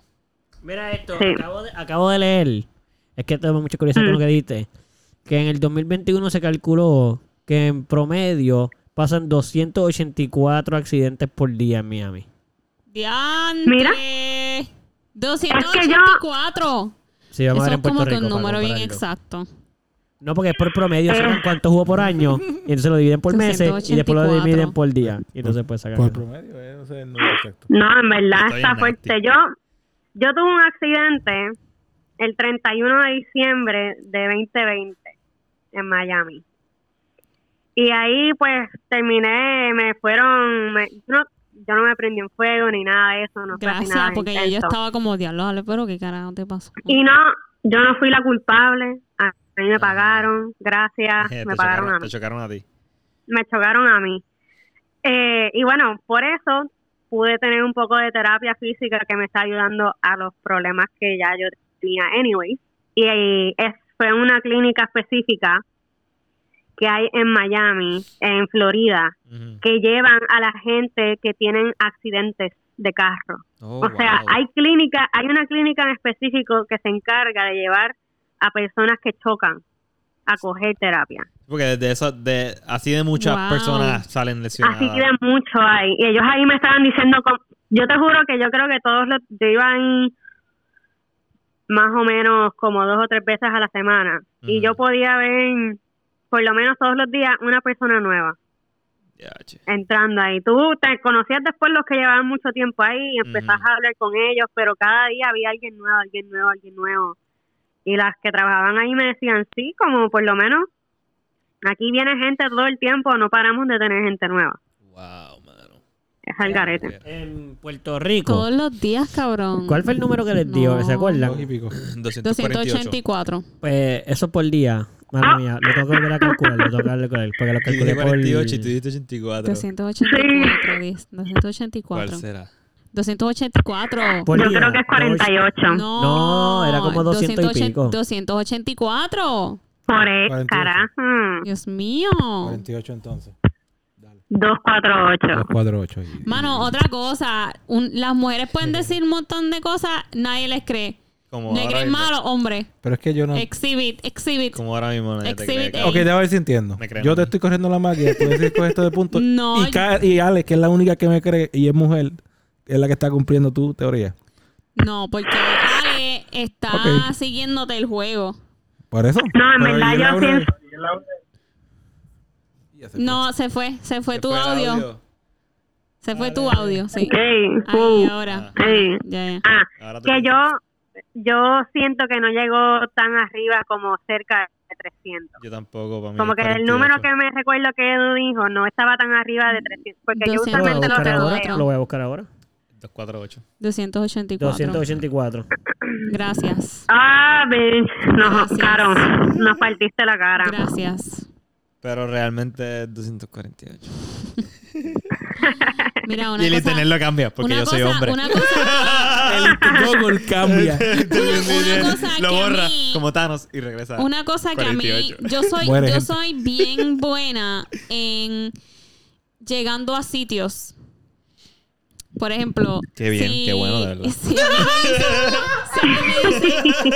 B: Mira esto,
E: Sí.
B: acabo, de, acabo de leer. Es que tengo mucha curiosidad con lo que dijiste. Que en el 2021 se calculó que en promedio pasan 284 accidentes por día en Miami.
C: Diantre.
E: Mira.
C: 284.
B: Sí,
C: Eso
B: vamos a ver
C: es
B: en Puerto
C: como que
B: Rico.
C: un
B: para
C: número bien
B: compararlo.
C: exacto.
B: No, porque es por promedio, sacan cuántos hubo por año, y entonces lo dividen por meses, y después lo
C: 284.
B: dividen por día. Y entonces pues sacan.
D: Por promedio, eh, no sé el número exacto.
E: No, en verdad
A: Estoy
E: está
A: en
E: fuerte.
A: nasty.
E: Yo, yo tuve un accidente el 31 de diciembre de 2020 en Miami. Y ahí pues terminé, me fueron, me- no, yo no me prendí en fuego ni nada de eso, no fue así
C: Gracias,
E: nada
C: porque ya yo
E: intenso.
C: estaba como diablo, Ale, pero qué carajo te pasó.
E: Y no, yo no fui la culpable. A a mí me pagaron, gracias,
A: Te
E: Ah, me pagaron a
A: chocaron,
E: mí.
A: te chocaron a ti.
E: Me chocaron a mí. Eh, y bueno, por eso pude tener un poco de terapia física que me está ayudando a los problemas que ya yo tenía, anyway. Y ahí es, fue en una clínica específica que hay en Miami, en Florida,
A: Ujú.
E: que llevan a la gente que tienen accidentes de carro.
A: Oh,
E: O sea,
A: wow.
E: hay clínica, hay una clínica en específico que se encarga de llevar a personas que chocan a coger terapia.
A: Porque de eso, de, así de muchas
C: Wow.
A: personas salen lesionadas.
E: Así que mucho hay. Y ellos ahí me estaban diciendo, com- yo te juro que yo creo que todos los, yo iba ahí más o menos como dos o tres veces a la semana. Y
A: Ujú.
E: yo podía ver por lo menos todos los días una persona nueva
A: Ya, che.
E: entrando ahí. Tú te conocías después los que llevaban mucho tiempo ahí y empezás
A: Ujú.
E: a hablar con ellos, pero cada día había alguien nuevo, alguien nuevo, alguien nuevo. Y las que trabajaban ahí me decían, sí, como por lo menos aquí viene gente todo el tiempo, no paramos de tener gente nueva.
A: Wow, mano.
E: Es al garete.
B: En Puerto Rico.
C: Todos los días, cabrón.
B: ¿Cuál fue el número que les dio?
C: No.
B: ¿Se acuerdan?
D: Dos y pico.
A: $248.
C: 284.
B: Pues eso por
E: Ah.
B: día. Madre mía, lo tengo que volver a calcular, lo tengo que calcular,
A: Yo
B: porque lo
A: dije
B: calculé por...
A: 48 y tú dijiste 84.
C: 284, dice,
A: ¿Cuál
C: 284.
A: será?
C: 284.
B: por
E: Yo
B: día,
E: creo que es
B: por ocho.
E: 48.
C: No,
B: No, era como 200 y
C: 280
B: pico.
C: 284.
E: Por Hmm. e-
D: 48.
E: carajo.
C: Dios mío.
D: 48 entonces.
E: 248.
D: 48.
C: Mano, otra cosa. un- las mujeres pueden decir un montón de cosas, nadie les cree.
A: Como
C: Le
A: ahora
C: creen
A: mismo.
C: mal a los hombres.
D: Pero es que yo no.
C: Exhibit, exhibit.
A: Como ahora mismo nadie te cree,
C: Exhibit
A: cabrón.
D: Ok, te voy a ver si entiendo.
A: Me creen a
D: Yo
A: mí.
D: te estoy corriendo la máquina, tú decís con esto de punto.
C: No,
D: y, Ka- y Alex, que es la única que me cree y es mujer, es la que está cumpliendo tu teoría.
C: No, porque Ale está
D: Ok.
C: siguiéndote el juego.
D: ¿Por eso?
E: No, en
D: Pero
E: verdad
D: y
E: yo
D: Laura-
E: pienso-
C: No, se fue, se fue
A: Se
C: tu
A: fue el
C: audio. Se fue tu audio, sí.
E: Ey,
C: Ahí,
E: uh,
C: ahora.
E: ey.
C: Ya, ya.
E: Ah,
A: Ahora te
E: que yo, yo siento que no llegó tan arriba como cerca de 300.
A: Yo tampoco, para mí.
E: Como
A: es
E: que el número
A: 48.
E: que me recuerdo que Edu dijo no estaba tan arriba de 300. Porque yo
C: 200.
B: Lo voy a
E: usualmente lo
B: buscar ahora.
E: redondeo.
B: Lo voy a buscar ahora.
A: 248.
C: 284.
B: 284.
C: Gracias.
E: Ah, bitch. Nos
C: Gracias.
E: joscaron. Nos partiste la cara.
C: Gracias.
A: Pero realmente es 248.
C: Mira, una
A: Y el
C: cosa.
A: internet lo cambia, porque
C: una
A: yo soy
C: cosa-
A: hombre.
C: Una cosa,
D: Google cambia.
C: una cosa
A: lo
C: que a
A: borra
C: mí-
A: como Thanos y regresa.
C: una cosa que a mí.
A: 48.
C: Yo soy,
D: Muere
C: yo
D: gente.
C: soy bien buena en llegando a sitios. Por ejemplo.
A: Qué bien,
C: si-
A: qué bueno, de verdad.
C: si a mí me dicen- si a mí me dicen,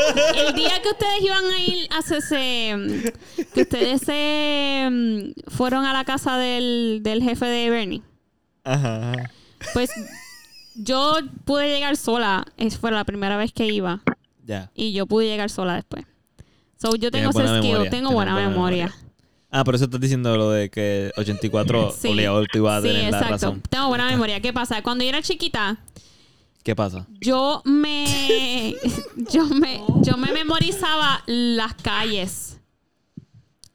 C: el día que ustedes iban a ir a ese. Que ustedes se mm, fueron a la casa del, del jefe de Bernie.
A: Ajá. ajá.
C: Pues yo pude llegar sola. Es fue la primera vez que iba.
A: Ya.
C: Y yo pude llegar sola después. So, yo tengo
A: Tienes buena
C: ese skill,
A: memoria,
C: tengo
A: tienes
C: buena,
A: buena
C: memoria.
A: memoria. Ah, pero eso estás diciendo lo de que 84
C: Sí.
A: obligado tú ibas a
C: Sí,
A: tener la
C: exacto.
A: razón.
C: Tengo buena memoria. ¿Qué pasa? Cuando yo era chiquita,
A: ¿Qué pasa?
C: yo me yo me yo me memorizaba las calles.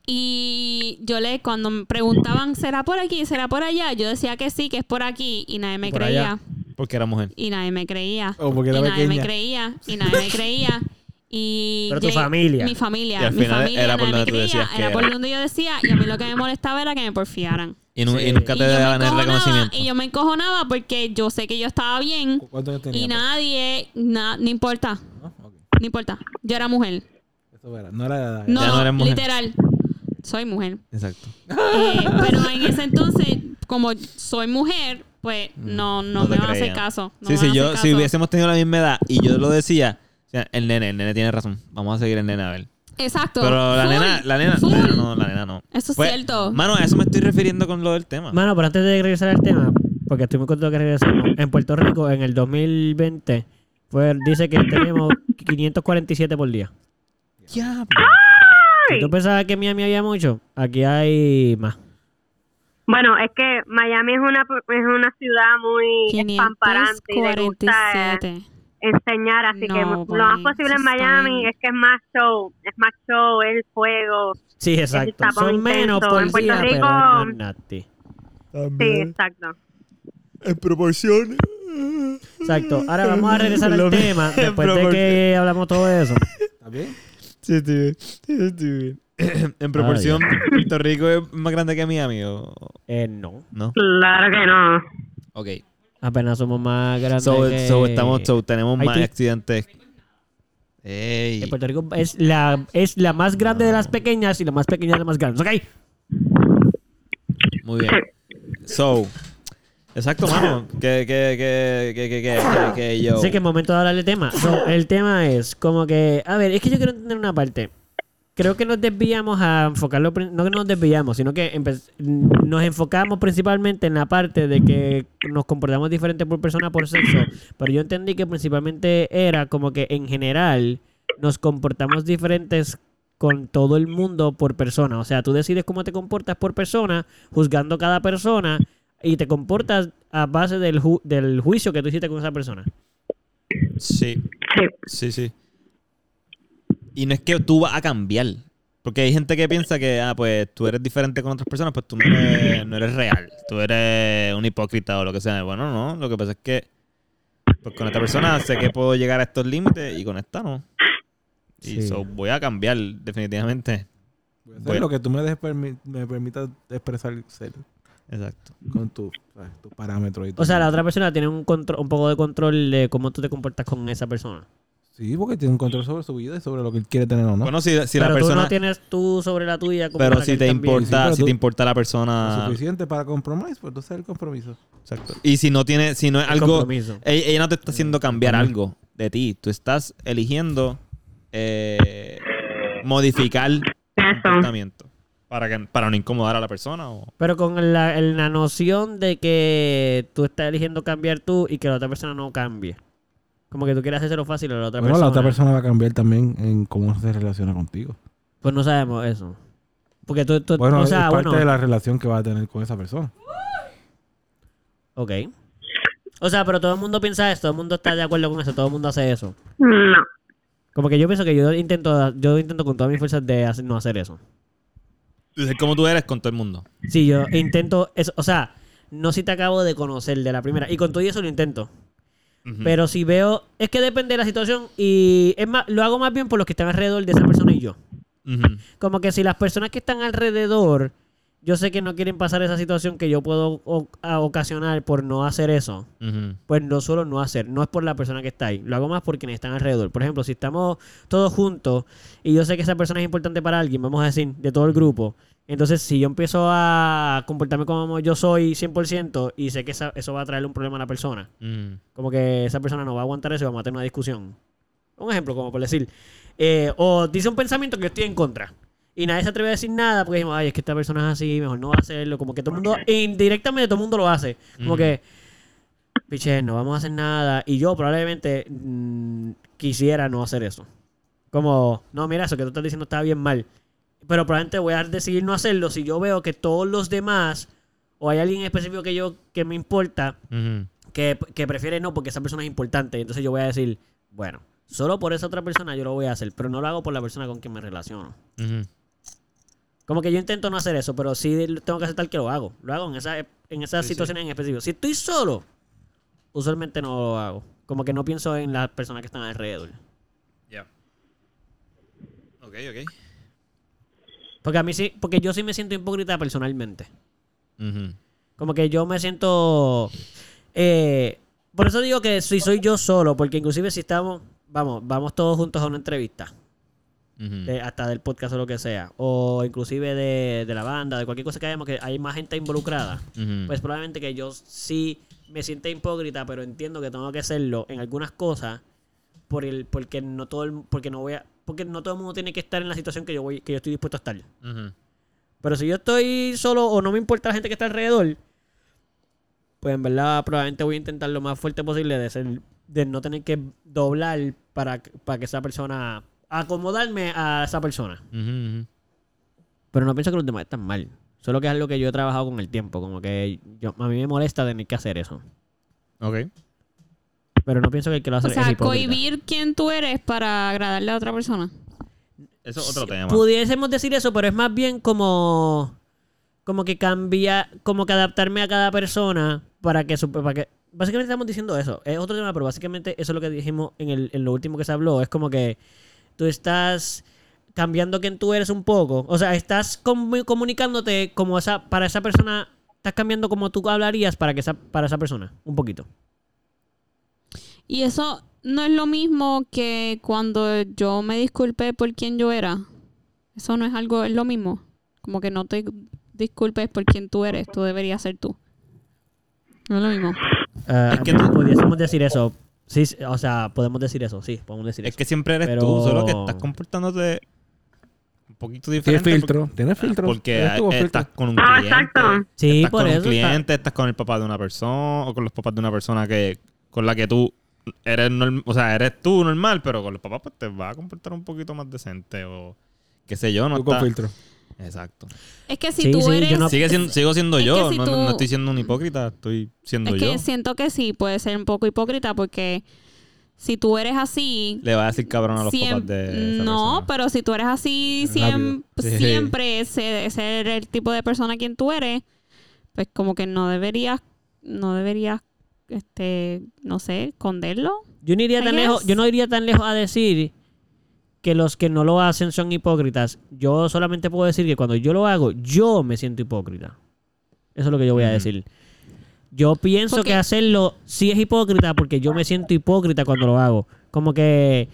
C: Y yo le cuando me preguntaban, ¿será por aquí? ¿Será por allá? Yo decía que sí, que es por aquí y nadie me
B: Por
C: creía.
B: allá.
A: Porque era mujer.
C: y nadie me creía.
D: O Oh, porque era
C: y nadie me
D: pequeña.
C: creía, y nadie me creía. Y
B: Pero tu
C: llegué-
B: familia.
C: Mi familia.
A: Y al
C: mi
A: final
C: familia
A: era por
C: nadie
A: donde tú
C: me creía,
A: decías que
C: era por
A: era.
C: donde yo decía, y a mí lo que me molestaba era que me porfiaran.
A: Y, nu-
B: Sí.
A: y nunca
C: Y
A: te
C: yo me
A: daban el
C: encojonaba,
A: reconocimiento.
C: Y yo me encojonaba porque yo sé que yo estaba bien
D: ¿Cuántos años tenía?
C: y nadie, na- no importa,
D: ¿No? Ok.
C: no importa. Yo era mujer.
D: Eso era. No era de edad.
C: No,
A: no eres mujer.
C: literal. Soy mujer.
A: Exacto.
C: Eh, pero en ese entonces, como soy mujer, pues no, no,
A: No te
C: me van a hacer
A: creían.
C: caso. no
A: sí,
C: me van
A: sí,
C: a
A: yo,
C: hacer
A: si
C: caso.
A: hubiésemos tenido la misma edad y yo lo decía, o sea, el nene, el nene tiene razón. Vamos a seguir el nene a ver.
C: Exacto.
A: Pero la
C: Full,
A: nena, la nena,
C: full.
A: la nena no, la nena no. Pues,
C: Eso es cierto.
A: Mano, a eso me estoy refiriendo con lo del tema.
B: Mano, pero antes de regresar al tema, porque estoy muy contento que regresemos, en Puerto Rico en el 2020 fue, dice que tenemos 547 por día.
A: Diablo.
B: Si tú pensabas que en Miami había mucho, aquí hay más.
E: Bueno, es que Miami es una, es una ciudad muy espamparante y le gusta eh,
C: 547.
E: enseñar, así que
C: No,
E: lo más
C: Bonnie, eso
E: posible en
C: está
E: Miami
C: bien.
E: es que es más show, es más show, el fuego.
B: Sí, exacto.
E: tapón
B: Son menos
E: intenso.
B: por
E: En Puerto
B: día, pero es
E: Rico-
B: más nasty.
E: Sí, exacto.
A: En proporción.
B: Exacto. Ahora vamos a regresar
A: Lo
B: al
A: mi-
B: tema después
A: pero
B: de
A: ¿por
B: que hablamos todo eso.
D: ¿Está bien?
A: Sí, estoy bien. Sí, estoy bien. En proporción, Puerto Rico es más grande que Miami, ¿o
B: Eh, no.
A: no?
E: Claro que no.
A: Ok.
B: Apenas somos más grandes.
A: So,
B: que-
A: so estamos, so tenemos
B: Ahí
A: más
B: tú-
A: accidentes. Ey.
B: que Puerto Rico es la, es la más grande de las pequeñas y la más pequeña de las más grandes. ¿Ok?
A: Muy bien. So. Exacto, mano. Que, que, que, que, que, que, que, yo.
B: Sé que es momento de hablar del tema. No, el tema es como que. A ver, es que yo quiero entender una parte. Creo que nos desviamos a enfocarlo. prin- No que nos desviamos, sino que empe- nos enfocamos principalmente en la parte de que nos comportamos diferente por persona, por sexo. Pero yo entendí que principalmente era como que en general nos comportamos diferentes con todo el mundo por persona. O sea, tú decides cómo te comportas por persona, juzgando cada persona y te comportas a base del, ju- del juicio que tú hiciste con esa persona.
A: Sí.
E: Sí.
A: Sí, sí. Y no es que tú vas a cambiar. Porque hay gente que piensa que, ah, pues tú eres diferente con otras personas, pues tú no eres, no eres real. Tú eres un hipócrita o lo que sea. Bueno, no. Lo que pasa es que pues, con esta persona sé que puedo llegar a estos límites y con esta no. Y
B: Sí.
A: so, voy a cambiar, definitivamente.
D: Voy a hacer
A: Bueno.
D: lo que tú me, des permi- me permitas expresar ser
A: Exacto.
D: con tu- sabes, tus parámetros. y
B: O sea,
D: todo.
B: la otra persona tiene un, contro- un poco de control de cómo tú te comportas con esa persona.
D: Sí, porque tiene un control sobre su vida y sobre lo que él quiere tener o no.
A: Bueno, si, si la
B: pero
A: persona.
B: tú no tienes tú sobre la tuya. como
A: pero
B: la que
A: si
B: él
A: te
B: también.
A: importa,
D: Sí, pero
A: si
D: tú-
A: te importa la
D: Lo
A: persona.
D: suficiente para compromiso, pues entonces el compromiso.
A: ah. Exacto. Y si no tiene, si no es
B: El
A: algo.
B: compromiso.
A: Ella, ella no te está haciendo cambiar algo de ti. Tú estás eligiendo eh, modificar el
E: Eso.
A: comportamiento para, que, para no incomodar a la persona. O...
B: Pero con la, el- la noción de que tú estás eligiendo cambiar tú y que la otra persona no cambie. Como que tú quieres hacerlo fácil a la otra,
D: bueno,
B: persona.
D: la otra persona va a cambiar también en cómo se relaciona contigo.
B: Pues no sabemos eso. Porque tú, tú-
D: Bueno,
B: o sea,
D: es parte
B: bueno.
D: de la relación que va a tener con esa persona.
B: Ok. O sea, pero todo el mundo piensa eso, todo el mundo está de acuerdo con eso, todo el mundo hace eso.
E: No.
B: Como que yo pienso que yo intento, yo intento con todas mis fuerzas de hacer- no hacer eso.
A: Entonces, como tú eres con todo el mundo.
B: Sí, yo intento eso. O sea, no si te acabo de conocer de la primera. Y con todo y eso lo intento.
A: Ujú.
B: Pero si veo, es que depende de la situación y es más, lo hago más bien por los que están alrededor de esa persona y yo.
A: Ujú.
B: Como que si las personas que están alrededor, yo sé que no quieren pasar esa situación que yo puedo o- a- ocasionar por no hacer eso,
A: Ujú.
B: pues no solo no hacer, no es por la persona que está ahí, lo hago más por quienes están alrededor. Por ejemplo, si estamos todos juntos y yo sé que esa persona es importante para alguien, vamos a decir, de todo el grupo, entonces si yo empiezo a comportarme como yo soy 100% y sé que esa- eso va a traerle un problema a la persona,
A: Ujú.
B: como que esa persona no va a aguantar eso y vamos a tener una discusión. Un ejemplo, como por decir, eh, o dice un pensamiento que yo estoy en contra. Y nadie se atreve a decir nada porque decimos, ay, es que esta persona es así, mejor no va a hacerlo. Como que todo el mundo, indirectamente todo el mundo lo hace. Como
A: Ujú.
B: que, piche, no vamos a hacer nada. Y yo probablemente mm, quisiera no hacer eso. Como, no, mira, eso que tú estás diciendo está bien mal. Pero probablemente voy a decidir no hacerlo si yo veo que todos los demás, o hay alguien específico que yo, que me importa,
A: Ujú.
B: que, que prefiere no porque esa persona es importante. Y entonces yo voy a decir, bueno, solo por esa otra persona yo lo voy a hacer, pero no lo hago por la persona con quien me relaciono.
A: Ujú.
B: Como que yo intento no hacer eso, pero sí tengo que aceptar que lo hago. Lo hago en, esa, en esas situaciones en específico. Si estoy solo, usualmente no lo hago. Como que no pienso en las personas que están alrededor.
A: Ya. Ok, ok.
B: Porque a mí sí, porque yo sí me siento hipócrita personalmente.
A: Ujú.
B: Como que yo me siento. eh, por eso digo que si soy yo solo, porque inclusive si estamos, vamos, vamos todos juntos a una entrevista.
A: Ujú.
B: de- hasta del podcast o lo que sea, o inclusive de, de la banda, de cualquier cosa que hayamos, que hay más gente involucrada,
A: Ujú.
B: pues probablemente que yo sí me sienta hipócrita, pero entiendo que tengo que hacerlo en algunas cosas por el, porque no todo el, porque no voy a, porque no todo el mundo tiene que estar en la situación que yo voy, que yo estoy dispuesto a estar.
A: Ujú.
B: Pero si yo estoy solo o no me importa la gente que está alrededor, pues en verdad probablemente voy a intentar lo más fuerte posible de ser, de no tener que doblar para, para que esa persona acomodarme a esa persona.
A: Ujú, ujú.
B: Pero no pienso que los demás están mal. Solo que es algo que yo he trabajado con el tiempo. Como que yo- a mí me molesta tener que hacer eso.
A: Ok.
B: Pero no pienso que el que lo hace
C: O
B: es
C: sea,
B: hipócrita.
C: cohibir quién tú eres para agradarle a otra persona.
A: Eso es otro tema.
B: Pudiésemos decir eso, pero es más bien como... Como que cambia... Como que adaptarme a cada persona para que... su- Para que básicamente estamos diciendo eso. Es otro tema, pero básicamente eso es lo que dijimos en, el, en lo último que se habló. Es como que tú estás cambiando quién tú eres un poco. O sea, estás comu- comunicándote como esa... Para esa persona... Estás cambiando como tú hablarías para, que esa, para esa persona. Un poquito.
C: Y eso no es lo mismo que cuando yo me disculpé por quien yo era. Eso no es algo, es lo mismo. Como que no te disculpes por quien tú eres, tú deberías ser tú. No es lo mismo.
B: Ah,
A: Es que tú-
B: pudiésemos decir eso. Sí, sí, o sea, podemos decir eso, sí, podemos decir
A: Es
B: eso.
A: que siempre eres
B: Pero-
A: tú, solo que estás comportándote un poquito
D: Tiene
A: diferente.
D: filtro, tiene
A: porque-
D: filtro.
A: Porque
D: Eres tú,
A: eh,
D: filtro.
A: estás con un
E: Ah,
A: cliente.
E: exacto.
B: Sí,
A: estás
B: por
A: con
B: eso
A: un
B: está-
A: cliente, estás con el papá de una persona o con los papás de una persona que con la que tú eres norm- o sea, eres tú normal, pero con los papás pues, te vas a comportar un poquito más decente o qué sé yo, no
D: Tú con
A: está-
D: filtro.
A: Exacto.
C: Es que si
B: Sí,
C: tú
B: sí, yo
C: eres...
B: no-
A: Sigue siendo, sigo siendo
C: es
A: yo,
C: que si
A: no, no-
C: tú-
A: no estoy siendo un hipócrita, estoy siendo
C: Es
A: yo.
C: que siento que sí, puede ser un poco hipócrita porque si tú eres así...
A: Le va a decir cabrón a los
C: siem-
A: papás de esa
C: mm, no,
A: persona.
C: pero si tú eres así siem-
D: Rápido. Sí.
C: siempre, ese, ese es el tipo de persona quien tú eres, pues como que no deberías, no deberías, este, no sé, esconderlo.
B: Yo no iría
C: I
B: tan lejos,
C: guess.
B: yo no iría tan lejos a decir que los que no lo hacen son hipócritas. Yo solamente puedo decir que cuando yo lo hago, yo me siento hipócrita. Eso es lo que yo voy a decir. Yo pienso
C: Porque-
B: que hacerlo sí es hipócrita porque yo me siento hipócrita cuando lo hago. Como que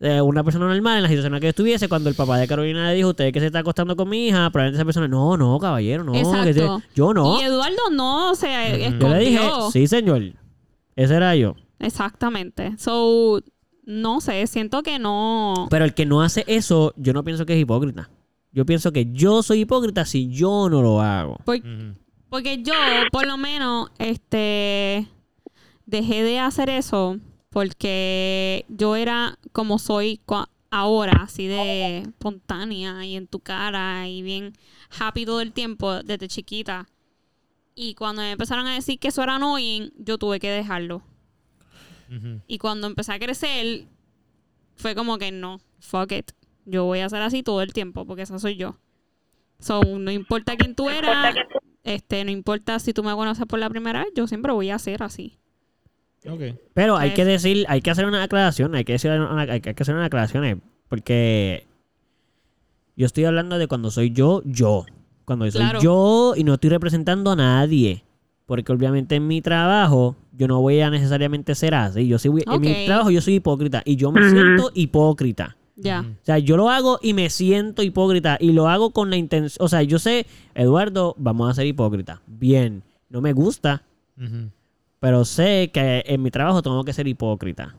B: eh, una persona normal en la situación en la que estuviese, cuando el papá de Carolina le dijo, usted que se está acostando con mi hija, probablemente esa persona, no, no, caballero, no. que se-
C: Exacto.
B: yo no.
C: Y Eduardo no, o sea, eh,
B: Yo
C: escondió.
B: le dije, sí, señor. Ese era yo.
C: Exactamente. So, no sé, siento que no.
B: Pero el que no hace eso, yo no pienso que es hipócrita. Yo pienso que yo soy hipócrita si yo no lo hago.
C: por-
A: Ujú.
C: porque yo, por lo menos, este dejé de hacer eso porque yo era como soy cua- ahora, así de espontánea y en tu cara y bien happy todo el tiempo desde chiquita. Y cuando me empezaron a decir que eso era annoying, yo tuve que dejarlo.
A: Ujú.
C: Y cuando empecé a crecer, fue como que no, fuck it. Yo voy a ser así todo el tiempo porque esa soy yo. So, no importa quién tú eras, este, no importa si tú me conoces por la primera vez, yo siempre voy a ser así.
A: Ok.
B: Pero hay
C: Pues-
B: que decir, hay que hacer una aclaración, hay que decir una- hay que hacer una aclaración, eh, porque yo estoy hablando de cuando soy yo, yo. Cuando soy
C: Claro.
B: yo y no estoy representando a nadie. Porque obviamente en mi trabajo yo no voy a necesariamente ser así. Yo sí voy- En mi
C: Ok.
B: trabajo yo soy hipócrita y yo me
E: Ujú.
B: siento hipócrita.
C: Ya.
A: Ujú.
B: O sea, yo lo hago y me siento hipócrita y lo hago con la intención. O sea, yo sé, Eduardo, vamos a ser hipócrita. Bien, no me gusta,
A: Ujú.
B: pero sé que en mi trabajo tengo que ser hipócrita.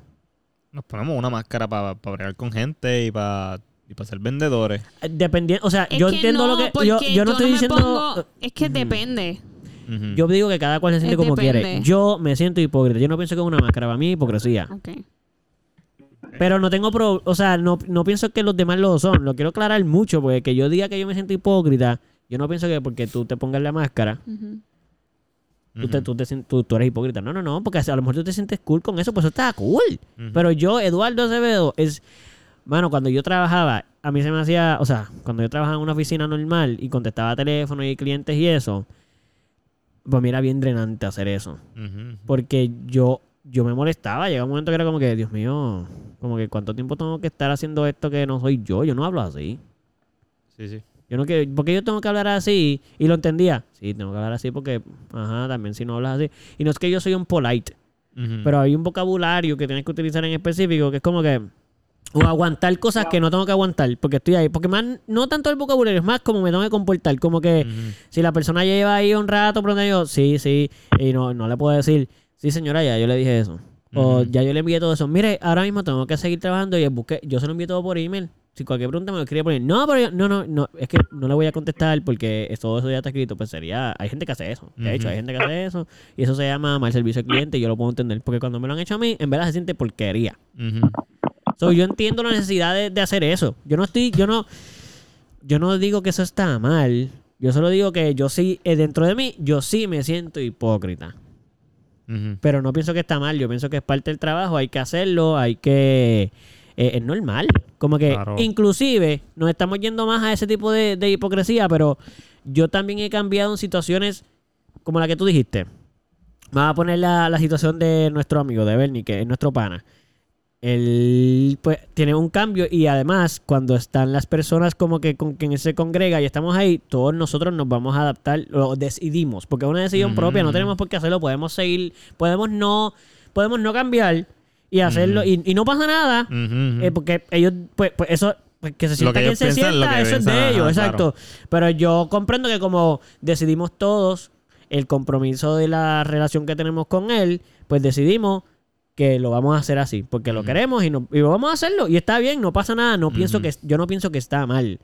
A: Nos ponemos una máscara para bregar con gente y para y pa ser vendedores.
B: Eh, Dependiendo, o sea,
C: Es
B: yo entiendo lo que.
C: porque
B: Yo, yo no estoy
C: me
B: diciendo.
C: pongo- es que
B: Ujú.
C: depende.
A: Ujú.
B: Yo digo que cada cual se siente
C: Eh,
B: como quiere.
C: depende.
B: Yo me siento hipócrita. Yo no pienso que es una máscara. Para mí, hipocresía.
C: Ok.
B: Pero no tengo pro- o sea, no, no pienso que los demás lo son. Lo quiero aclarar mucho, porque que yo diga que yo me siento hipócrita, yo no pienso que porque tú te pongas la máscara,
C: Ujú.
B: tú, te-
A: Ujú.
B: tú te sien- tú- tú eres hipócrita. No, no, no, porque a lo mejor tú te sientes cool con eso, pues eso está cool.
A: Ujú.
B: Pero yo, Eduardo Acevedo, es. Mano, cuando yo trabajaba, a mí se me hacía. O sea, cuando yo trabajaba en una oficina normal y contestaba teléfono y clientes y eso, pues mí era bien drenante hacer eso.
A: Ujú.
B: Porque yo, yo me molestaba. Llegaba un momento que era como que, Dios mío, como que cuánto tiempo tengo que estar haciendo esto que no soy yo. Yo no hablo así.
A: Sí, sí.
B: Yo no que, porque yo tengo que hablar así y lo entendía. Sí, tengo que hablar así porque, ajá, también si no hablas así. Y no es que yo soy un polite,
A: Ujú.
B: pero hay un vocabulario que tienes que utilizar en específico que es como que o aguantar cosas que no tengo que aguantar porque estoy ahí, porque más no tanto el vocabulario, es más como me tengo que comportar, como que
A: Ujú.
B: si la persona lleva ahí un rato pronto yo, sí, sí, y no no le puedo decir, sí, señora, ya yo le dije eso. O
A: Ujú.
B: ya yo le envié todo eso. Mire, ahora mismo tengo que seguir trabajando y busqué, yo se lo envié todo por email. Si cualquier pregunta me lo quería poner, no, pero yo- no, no, no, es que no le voy a contestar porque es- todo eso ya está escrito. Pues sería, hay gente que hace eso. De hecho,
A: Ujú.
B: hay gente que hace eso. Y eso se llama mal servicio al cliente y yo lo puedo entender. Porque cuando me lo han hecho a mí, en verdad se siente porquería.
A: Ujú.
B: So, yo entiendo la necesidad de, de hacer eso. Yo no estoy, yo no, yo no digo que eso está mal. Yo solo digo que yo sí, eh, dentro de mí, yo sí me siento hipócrita.
A: Ujú.
B: Pero no pienso que está mal, yo pienso que es parte del trabajo, hay que hacerlo, hay que... eh, es normal. Como que
A: Claro.
B: inclusive nos estamos yendo más a ese tipo de, de hipocresía, pero yo también he cambiado en situaciones como la que tú dijiste. Vamos a poner la, la situación de nuestro amigo, de Bernie, que es nuestro pana. Él pues tiene un cambio y además cuando están las personas como que con quien se congrega y estamos ahí, todos nosotros nos vamos a adaptar, lo decidimos, porque es una decisión
A: Ujú.
B: propia, no tenemos por qué hacerlo, podemos seguir, podemos no, podemos no cambiar y hacerlo
A: Ujú.
B: y, y no pasa nada,
A: Ujú.
B: eh, porque ellos pues, pues eso pues que se sienta
A: que
B: quien
A: ellos
B: se
A: piensan,
B: sienta,
A: lo que
B: eso es de
A: piensan,
B: ellos,
A: ajá,
B: exacto. Pero yo comprendo que como decidimos todos el compromiso de la relación que tenemos con él, pues decidimos que lo vamos a hacer así, porque lo
A: Ujú.
B: queremos y, no, y vamos a hacerlo y está bien, no pasa nada, no pienso
A: Ujú.
B: que yo no pienso que está mal,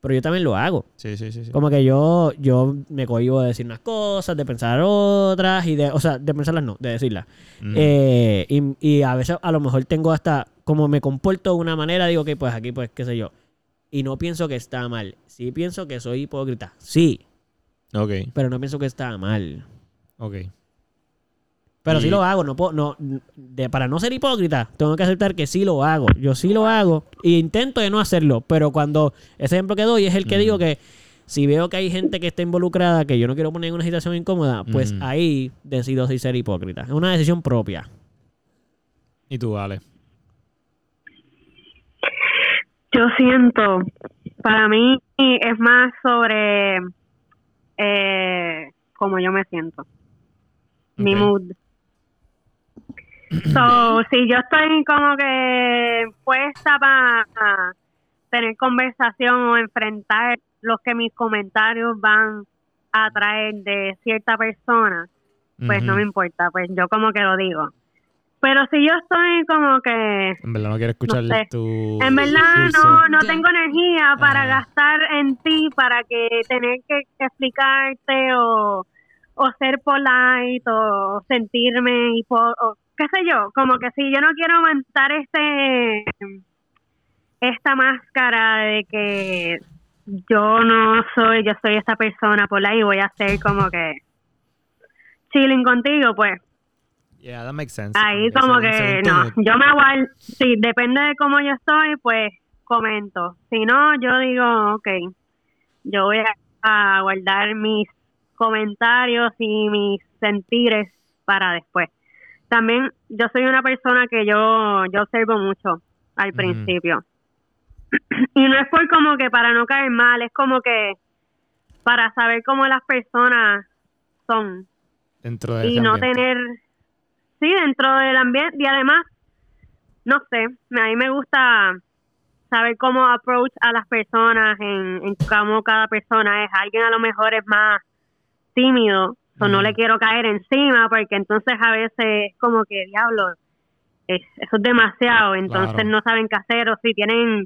B: pero yo también lo hago.
A: Sí, sí, sí. sí.
B: Como que yo yo me cohibo de decir unas cosas, de pensar otras y de, o sea, de pensarlas no, de decirlas.
A: Ujú.
B: Eh, y, y a veces a lo mejor tengo hasta, como me comporto de una manera, digo que pues aquí pues qué sé yo. Y no pienso que está mal. Sí pienso que soy hipócrita. Sí,
A: Ok,
B: pero no pienso que está mal.
A: ok.
B: Pero sí
A: Y-
B: lo hago, no puedo, no, de- para no ser hipócrita, tengo que aceptar que sí lo hago. Yo sí lo hago e intento de no hacerlo, pero cuando ese ejemplo que doy es el que
A: Ujú.
B: digo que si veo que hay gente que está involucrada, que yo no quiero poner en una situación incómoda, pues
A: Ujú.
B: ahí decido si ser hipócrita. Es una decisión propia.
A: ¿Y tú, Ale?
E: Yo siento, para mí es más sobre eh, cómo yo me siento, mi
A: Ok.
E: mood. So, si yo estoy como que puesta para tener conversación o enfrentar los que mis comentarios van a traer de cierta persona, pues no
A: Ujú.
E: me importa, pues yo como que lo digo. Pero si yo estoy como que
A: En verdad no quiero escuchar
E: sé.
A: tu.
E: en verdad
A: discurso.
E: no, no
C: Ya.
E: tengo energía para
A: Ah.
E: gastar en ti, para que tener que explicarte o, o ser polite o sentirme hipo- o qué sé yo, como que si yo no quiero montar este esta máscara de que yo no soy, yo soy esta persona polite y voy a ser como que chilling contigo, pues
A: Yeah, that makes sense.
E: Ahí como que,
A: según- según tu
E: no,
A: mood.
E: yo me aguanto, sí, depende de cómo yo estoy, pues comento. Si no, yo digo, ok, yo voy a, a guardar mis comentarios y mis sentires para después. También yo soy una persona que yo, yo observo mucho al
A: Ujú.
E: principio. Y no es por como que para no caer mal, es como que para saber cómo las personas son
A: Dentro de
E: y
A: ese
E: no
A: ambiente.
E: tener sí dentro del ambiente y además no sé a mí me gusta saber cómo approach a las personas en, en cómo cada persona es alguien a lo mejor es más tímido o no
A: Ujú.
E: le quiero caer encima porque entonces a veces es como que diablo es- eso es demasiado entonces
A: Claro.
E: no saben qué hacer o si tienen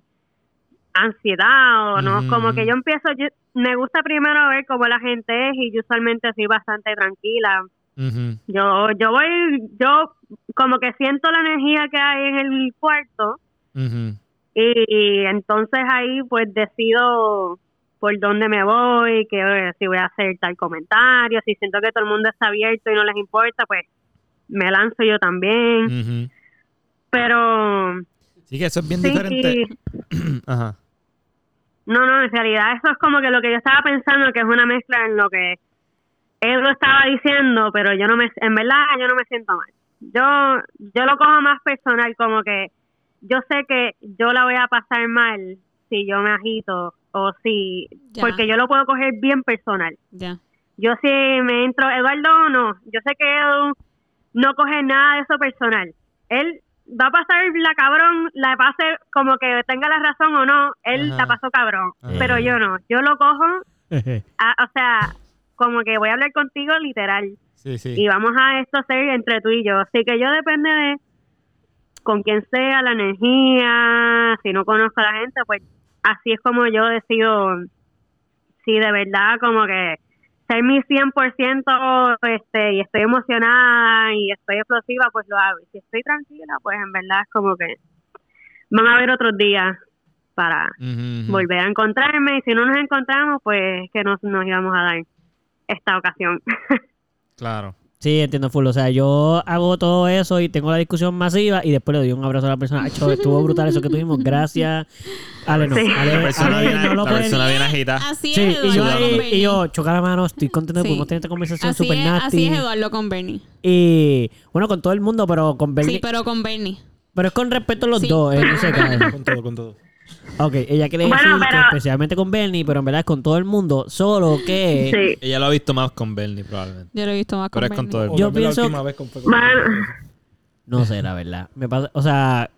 E: ansiedad o no
A: Ujú.
E: como que yo empiezo yo- me gusta primero ver cómo la gente es y yo usualmente soy bastante tranquila
A: Ujú.
E: yo, yo voy, yo como que siento la energía que hay en el cuarto
A: Ujú.
E: y, y entonces ahí pues decido por dónde me voy, que eh, si voy a hacer tal comentario, si siento que todo el mundo está abierto y no les importa, pues me lanzo yo también.
A: Ujú.
E: Pero
A: Sí, que eso Mm. es bien
E: sí,
A: diferente. Ajá.
E: no, no, en realidad eso es como que lo que yo estaba pensando que es una mezcla en lo que él lo estaba diciendo, pero yo no me, en verdad yo no me siento mal. Yo, yo lo como más personal, como que yo sé que yo la voy a pasar mal si yo me agito o si,
C: Ya.
E: porque yo lo puedo coger bien personal.
C: Ya.
E: Yo si me entro, Eduardo no, yo sé que Edu no coge nada de eso personal. Él va a pasar la cabrón, la pase como que tenga la razón o no, él
A: Ajá.
E: la pasó cabrón,
A: Ajá.
E: pero yo no, yo lo cojo, a- o sea, como que voy a hablar contigo literal
A: Sí, sí.
E: y vamos a esto ser entre tú y yo. Así que yo depende de con quién sea, la energía, si no conozco a la gente, pues así es como yo decido si de verdad como que ser mi 100% este, y estoy emocionada y estoy explosiva, pues lo hago. Y si estoy tranquila, pues en verdad es como que van a haber otros días para
A: Ujú, ujú.
E: volver a encontrarme y si no nos encontramos, pues que nos, nos íbamos a dar esta ocasión.
A: Claro.
B: Sí, entiendo full. O sea, yo hago todo eso y tengo la discusión masiva y después le doy un abrazo a la persona. Acho, estuvo brutal eso que tuvimos. Gracias. Ale, no.
E: Sí.
B: Ale,
A: La persona
B: Ale,
A: viene,
B: no lo
A: la
B: pueden-
A: persona viene agitada.
C: Así
B: Ah, Sí,
C: es
B: y yo,
C: Eduardo
B: ahí-
C: con
B: y
C: Bernie.
B: yo chocar la mano, estoy contento de
C: Sí.
B: que pudimos tener esta conversación
C: Así
B: super
C: es,
B: nasty.
C: así es Eduardo con Bernie.
B: Y bueno, con todo el mundo, pero con Bernie.
C: Sí,
B: pero...
C: pero con Bernie.
B: es con respeto a los
C: Sí.
B: dos, eh, no se cae.
D: Con todo, con todo.
B: Ok, ella quiere
E: Bueno,
B: decir que
E: pero-
B: especialmente con Bernie, pero en verdad es con todo el mundo, solo que...
E: Sí.
A: Ella lo ha visto más con Bernie, probablemente.
C: Yo lo he visto más con
A: Pero es
C: Bernie.
A: con todo el
D: O
B: Yo
D: también
B: pienso
D: La última vez con, fue con-
E: Bueno,
B: No sé, la verdad. Me pasa, o sea,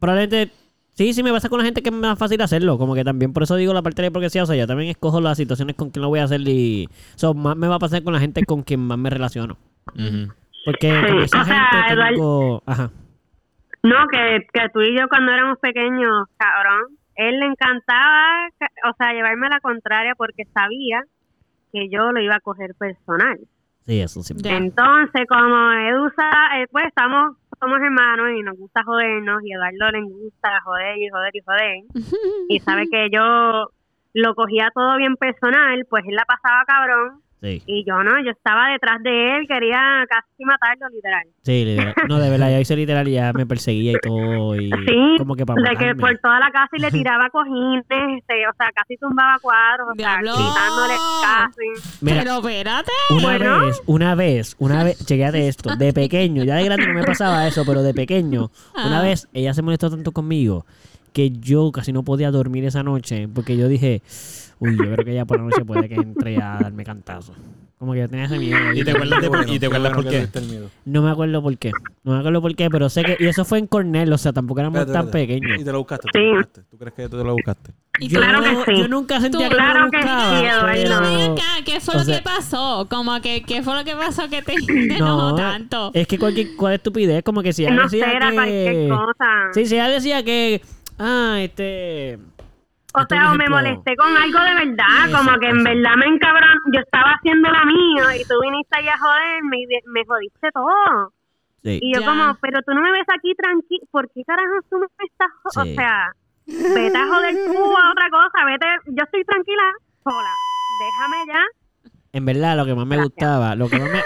B: probablemente... Sí, sí, me pasa con la gente que es más fácil hacerlo. Como que también por eso digo la parte de hipocresía. O sea, yo también escojo las situaciones con quien lo voy a hacer y... O sea, más me va a pasar con la gente con quien más me relaciono.
A: Ujú.
B: Porque
E: Sí,
B: con esa
E: o sea,
B: gente
E: Eduardo-
B: tengo... Ajá.
E: No, que, que tú y yo cuando éramos pequeños, cabrón, él le encantaba, ca- o sea, llevarme a la contraria porque sabía que yo lo iba a coger personal.
B: Sí, eso siempre.
C: Ya.
E: Entonces, como Edu, sa- eh, pues estamos, somos hermanos y nos gusta jodernos, y a Eduardo le gusta joder y joder y joder, y sabe que yo lo cogía todo bien personal, pues él la pasaba cabrón,
B: Sí.
E: y yo no, yo estaba detrás de él, quería casi matarlo, literal.
B: Sí, literal. No, de verdad, yo hice literal y ya me perseguía y todo. Y
E: Sí,
B: como que para
E: de que
B: matarme.
E: por toda la casa y le tiraba cojines, este, o sea, casi tumbaba cuadros, o sea,
C: ¡Diablo!
E: quitándole casi.
B: Mira,
C: Pero espérate.
B: una
E: Bueno.
B: vez, una vez, una vez, llegué de esto, de pequeño, ya de grande no me pasaba eso, pero de pequeño, una
C: Ah.
B: vez ella se molestó tanto conmigo que yo casi no podía dormir esa noche porque yo dije, uy, yo creo que ya por la noche puede que entre a darme cantazo. Como que yo tenía ese miedo.
A: ¿Y te acuerdas de por, y te acuerdas por qué?
B: No me acuerdo por qué. No me acuerdo por qué, pero sé que. Y eso fue en Cornell, o sea, tampoco éramos tan
D: Y
B: pequeños.
D: te lo buscaste, te lo buscaste. ¿Tú crees que tú te lo buscaste?
C: Y
B: Yo,
C: claro
E: que sí.
B: yo nunca sentía
C: Tú-
B: que me
E: claro que sí,
B: buscaba,
E: Eduardo.
B: pero-
C: Ven acá, ¿qué fue
B: o
C: lo
B: sea-
C: que pasó? Como que, ¿qué fue lo que pasó que te, te enojó tanto?
B: Es que cualquier, cual estupidez, como que si ella
E: No sé,
B: decía
E: era
B: que...
E: cualquier cosa.
B: Sí, si ella decía que... Ah, este...
E: O
B: este,
E: sea,
B: un
E: o me
B: ejemplo,
E: molesté con algo de verdad,
B: Eso,
E: como que en
B: eso.
E: verdad me encabron, yo estaba haciendo lo mío y tú viniste ahí a joderme y de- me jodiste todo.
B: Sí.
E: Y yo
C: Ya.
E: como, pero tú no me ves aquí tranquilo, ¿por qué carajo tú me estás jodiendo?
B: Sí.
E: O sea, vete a joder tú a otra cosa, vete, yo estoy tranquila sola, déjame ya.
B: En verdad, lo que más me gustaba, lo que más me...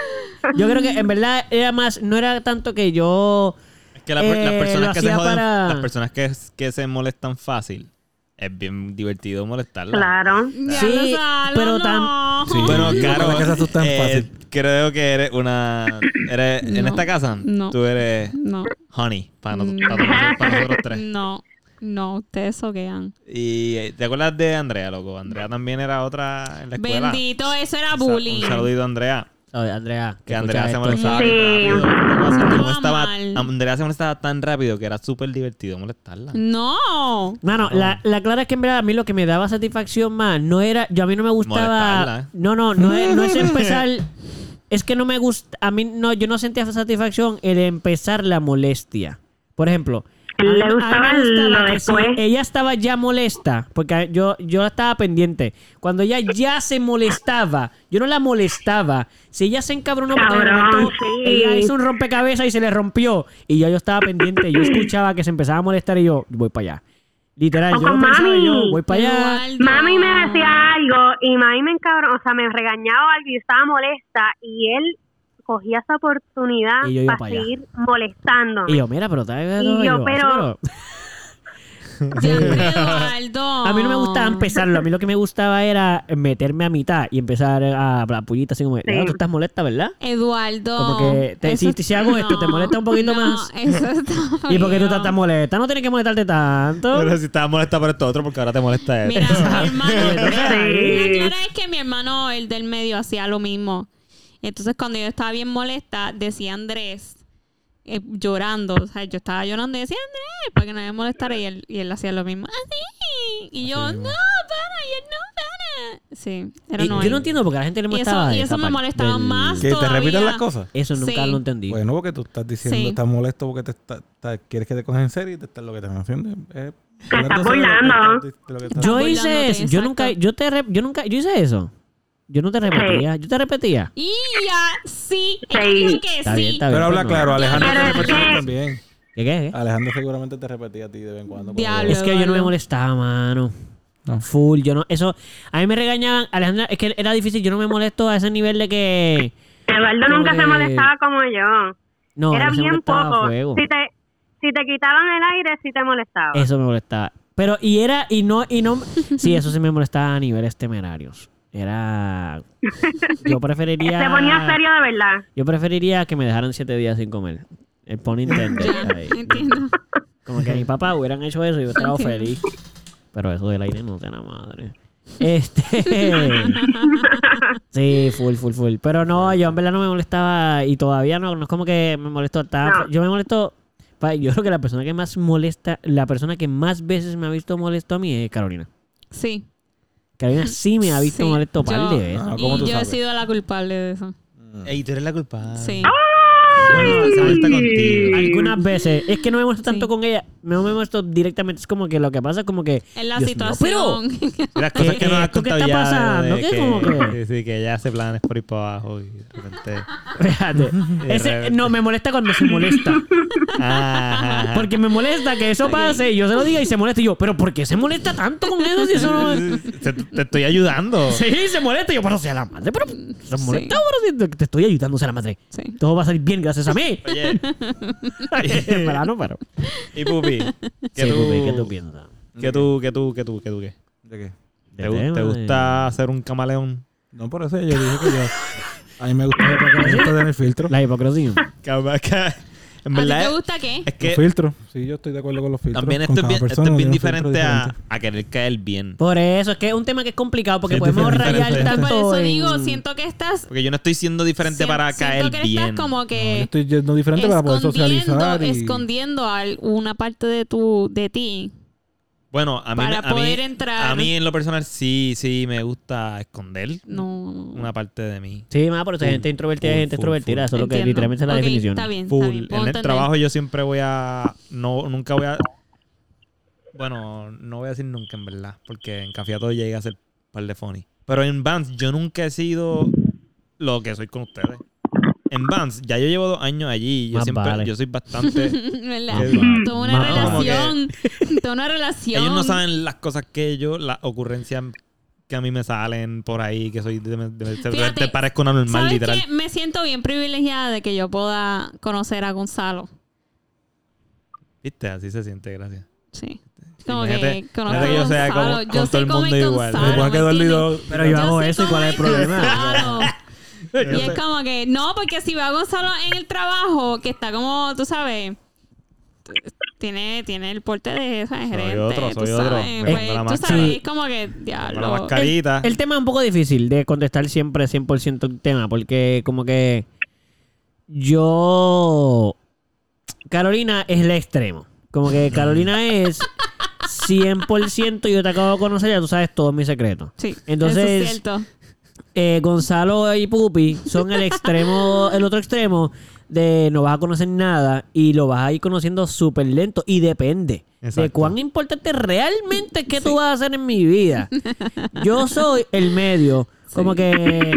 B: Yo creo que en verdad era más, no era tanto que yo...
A: Es que la per-
B: Eh,
A: las,
B: lo
A: personas que se
B: hacía
A: joden,
B: para-
A: las personas que, que se molestan fácil, es bien divertido molestarlas.
E: Claro.
C: Ya
B: Sí,
C: lo salgo,
B: pero
C: no.
B: tan-
D: Sí.
A: Bueno,
D: Sí,
A: claro,
D: porque que se asustan
A: eh,
D: fácil.
A: creo que eres una... Eres, En
C: No,
A: esta casa,
C: no.
A: tú eres
C: No,
A: honey para, nos-
C: Mm.
A: para nosotros, para nosotros tres.
C: no, no, ustedes soquean.
A: Y eh, te acuerdas de Andrea, loco. Andrea también era otra en la escuela.
C: Bendito, eso era
A: Un sa-
C: bullying.
A: Un saludito a Andrea.
B: Oye, Andrea.
A: Que
B: escucha
A: Andrea se
B: esto.
A: molestaba
E: Sí.
A: bien rápido. Andrea
C: Estaba
A: estaba-
C: mal.
A: Andrea se molestaba tan rápido que era súper divertido molestarla.
C: No.
B: Mano, la, la clara es que en verdad a mí lo que me daba satisfacción más no era. Yo a mí no me gustaba.
A: Molestarla.
B: No, no, no es, no es empezar. Es que no me gusta. A mí no, yo no sentía satisfacción el empezar la molestia. Por ejemplo. a mí-
E: Le
B: a mí me
E: gustaba
B: gustaba
E: lo
B: que
E: después.
B: si ella estaba ya molesta, porque yo, yo estaba pendiente. Cuando ella ya se molestaba, yo no la molestaba. Si ella se encabronó, porque me
E: Cabrón,
B: molestó,
E: sí.
B: ella hizo un rompecabezas y se le rompió. Y ya yo estaba pendiente, yo escuchaba que se empezaba a molestar y yo, voy para allá. Literal,
E: O
B: yo
E: con
B: lo pensaba,
E: mami.
B: yo voy para allá.
C: Eduardo.
E: Mami me decía algo y mami me encabronó, o sea, me regañaba algo y yo estaba molesta y él cogía esa oportunidad
B: Y yo iba
E: para
B: para allá.
E: seguir molestándome.
B: Y yo, "Ah, mira, pero tal
E: Y yo, pero-
C: Ya, Eduardo.
B: A mí no me
E: Oh.
B: gustaba empezarlo, a mí lo que me gustaba era meterme a mitad y empezar a hablar pullita así como, "Ah, tú estás molesta, ¿verdad?
C: Eduardo.
B: Como que te- si- si hago esto, ¿te molesta un poquito
C: no,
B: más?
C: Eso está
B: ¿Y por qué tú
C: feo.
B: estás tan molesta? No tienes que molestarte tanto.
A: Pero si estaba molesta por esto otro, porque ahora te molesta él.
C: Mira, mi hermano.
E: Sí.
C: La clara es que mi hermano, el del medio, hacía lo mismo. Entonces, cuando yo estaba bien molesta, decía Andrés, eh, llorando. O sea, yo estaba llorando y decía Andrés, para que no me molestara. Y él, y él hacía lo mismo. Así. Y yo, no, para, y él, no, para. Sí, era
B: Y-
C: no.
B: yo no entiendo por qué a la gente le
C: Y eso-
B: molestaba.
C: y
B: esa
C: eso me
B: parte
C: molestaba
B: Pues
C: más.
D: Que te
C: Todavía.
D: repitan las cosas.
B: Eso nunca
C: Sí.
B: lo entendí.
D: Bueno, porque tú estás diciendo,
C: Sí.
D: estás molesto porque te está- está- quieres que te cojan en serio y te está- lo que te están haciendo es...
E: Te estás
D: burlándose de lo que
E: burlando.
D: estás- de lo que estás-
B: yo
C: burlándote,
B: hice eso. Yo
C: exacto.
B: nunca, yo te, re- yo nunca, yo hice eso. Yo no te repetía. Yo te repetía.
C: Y ya, sí,
E: Sí.
C: es lo que
B: Está
C: sí.
B: bien, está bien.
D: Pero habla
B: pues, no.
D: claro, Alejandro
E: Pero
D: te
E: es
D: repetía
E: que-
D: también.
B: ¿Qué, qué, qué?
D: Alejandro seguramente te repetía a ti de vez en cuando. cuando-
C: Diablo.
B: Es que yo no me
C: Eduardo.
B: molestaba, mano. Full, yo no, eso, a mí me regañaban, Alejandra, es que era difícil, yo no me molesto a ese nivel de que,
E: Eduardo nunca se
B: Joder.
E: molestaba como yo.
B: eh, no,
E: Era
B: no se
E: bien
B: molestaba a
E: poco.
B: fuego.
E: Si te, si te quitaban el aire, sí te molestaba.
B: Eso me molestaba. Pero, y era, y no, y no. Sí, eso sí me molestaba a niveles temerarios. Era. Yo preferiría.
E: Se ponía serio de verdad.
B: Yo preferiría que me dejaran siete días sin comer. El pon intento. ahí.
C: Entiendo.
B: Como que mi papá hubieran hecho eso y yo estaba feliz. Pero eso del aire no te la madre. Este. Sí, full, full, full. Pero no, yo en verdad no me molestaba y todavía no, no es como que me molestó tan-
E: No.
B: Yo me molesto. pa- Yo creo que la persona que más molesta, la persona que más veces me ha visto molesto a mí es Carolina.
C: Sí.
B: Carolina sí me ha visto
C: Sí,
B: molesto ¿eh?
C: yo-
B: par de veces.
D: Ah, ¿cómo
C: Y
D: tú
C: yo he
D: sabes?
C: sido la culpable de eso.
A: Ey, tú eres la culpable.
C: Sí.
B: Ah.
A: Bueno, se molesta contigo.
B: Algunas veces. Es que no me molesto tanto
C: Sí.
B: con ella. No me molesto directamente. Es como que lo que pasa es como que.
C: Es la
B: Dios mío, pero-
C: situación.
A: Las cosas que
B: Eh,
A: nos has
B: ¿tú qué
A: contado
B: está
A: ya,
B: pasando?
A: de
B: ¿Qué? ¿Cómo que?
A: Sí, sí, que ella hace planes por ir para abajo y de repente...
B: Fíjate. Ese,
A: repente.
B: no, me molesta cuando se molesta.
A: Ajá, ajá.
B: Porque me molesta que eso pase y yo se lo diga y se molesta. Y yo, ¿pero por qué se molesta tanto con eso si eso no
A: Te, te estoy ayudando.
B: Sí, se molesta. Y yo, pero sea la madre, pero se
C: Sí.
B: molesta, pero si te, te estoy ayudando, sea la madre.
C: Sí.
B: Todo va a salir bien gracias a mí.
A: Oye,
B: En verdad, no, pero.
A: y Pupi, ¿qué
B: Sí,
A: tú,
B: Pupi, ¿qué tú piensas?
A: ¿Qué tú, qué tú, qué tú, qué tú, qué?
D: ¿De qué?
A: ¿Te, gu- te gusta hacer un camaleón?
D: No, por eso yo dije que yo... A mí me gusta, me gusta tener filtro.
B: La hipocresía.
A: Cama- ca- En
C: ¿A ti te
A: verdad,
C: gusta qué?
A: es
D: Los
A: que
D: filtros. Sí, yo estoy de acuerdo con los filtros.
A: también esto
D: Con
A: es
D: cada
A: bien, esto
D: persona
A: es bien
D: tiene un filtro
A: diferente a,
D: diferente.
A: a querer caer
D: Pues
A: bien.
B: Por eso es que es un tema que es complicado porque
D: Sí, es
B: podemos
D: diferente.
B: rayar
D: Diferente.
B: tanto.
C: Por eso
B: en-
C: digo, siento que estás...
A: Porque yo no estoy siendo diferente
C: sien-
A: para
C: siento
A: caer
C: que
A: bien.
C: estás como
D: No, yo
C: que...
D: estoy yendo diferente para poder socializar.
C: Eh, escondiendo,
D: Y...
C: escondiendo al- una parte de tu de ti
A: Bueno, a mí,
C: para
A: me- a, mí-
C: poder entrar.
A: a mí en lo personal sí, sí me gusta esconder
C: no
A: una parte de mí.
B: Sí, más, por eso hay gente introvertida y
A: full,
B: gente
A: full,
B: extrovertida. Eso es lo que
C: Entiendo.
B: literalmente es la
C: Ok,
B: definición.
C: Está bien, está
A: Full.
C: bien. puedo
A: En el
C: entender.
A: trabajo yo siempre voy a... No, nunca voy a... Bueno, no voy a decir nunca en verdad, porque en Cafiato llegué a ser un par de funny. Pero en Vans yo nunca he sido lo que soy con ustedes. En Vans, ya yo llevo dos años allí. y Yo
B: Más
A: siempre,
B: vale.
A: yo soy bastante...
C: ¿Verdad?
A: Más vale.
C: Toda una
B: Más vale.
C: relación. Toda una relación.
A: Ellos no saben las cosas que yo, las ocurrencias que a mí me salen por ahí, que soy de, de, de-
C: Fíjate,
A: parezco una normal,
C: ¿Sabes
A: literal.
C: qué? Me siento bien privilegiada de que yo pueda conocer a Gonzalo.
A: Viste, así se siente, gracias.
C: Sí. Como
A: Imagínate-
C: que conozco
A: imagínate que
C: a
A: yo sea
C: Gonzalo.
A: con-
C: yo
A: con
C: sé
A: todo el
C: cómo
A: mundo
C: es
A: igual.
C: Gonzalo,
D: Igual que
C: ¿me
D: Eduardo y
C: entiendes?
D: yo-
B: Pero yo hago
C: sé
B: eso y
C: cómo
B: cuál es el problema.
C: Gonzalo. y es como que, no, porque si veo a Gonzalo en el trabajo, que está como, tú sabes, tiene, tiene el porte de esa
A: Soy
C: gerente.
A: otro,
C: tú
A: soy
C: sabes,
A: otro. Me
C: pues,
A: pongo la
C: tú
A: máscara.
C: sabes, es como que,
A: Con la
C: diablo.
A: mascarita.
B: El tema es un poco difícil de contestar siempre 100% el tema, porque como que yo... Carolina es el extremo. Como que Carolina es 100% yo te acabo de conocer, ya tú sabes todos mis secretos.
C: Sí,
B: Entonces,
C: eso es cierto.
B: Eh, Gonzalo y Pupi son el extremo, el otro extremo de no vas a conocer nada y lo vas a ir conociendo súper lento y depende de
A: Exacto.
B: cuán importante realmente es que tú vas a hacer en mi vida. Yo soy el medio, como que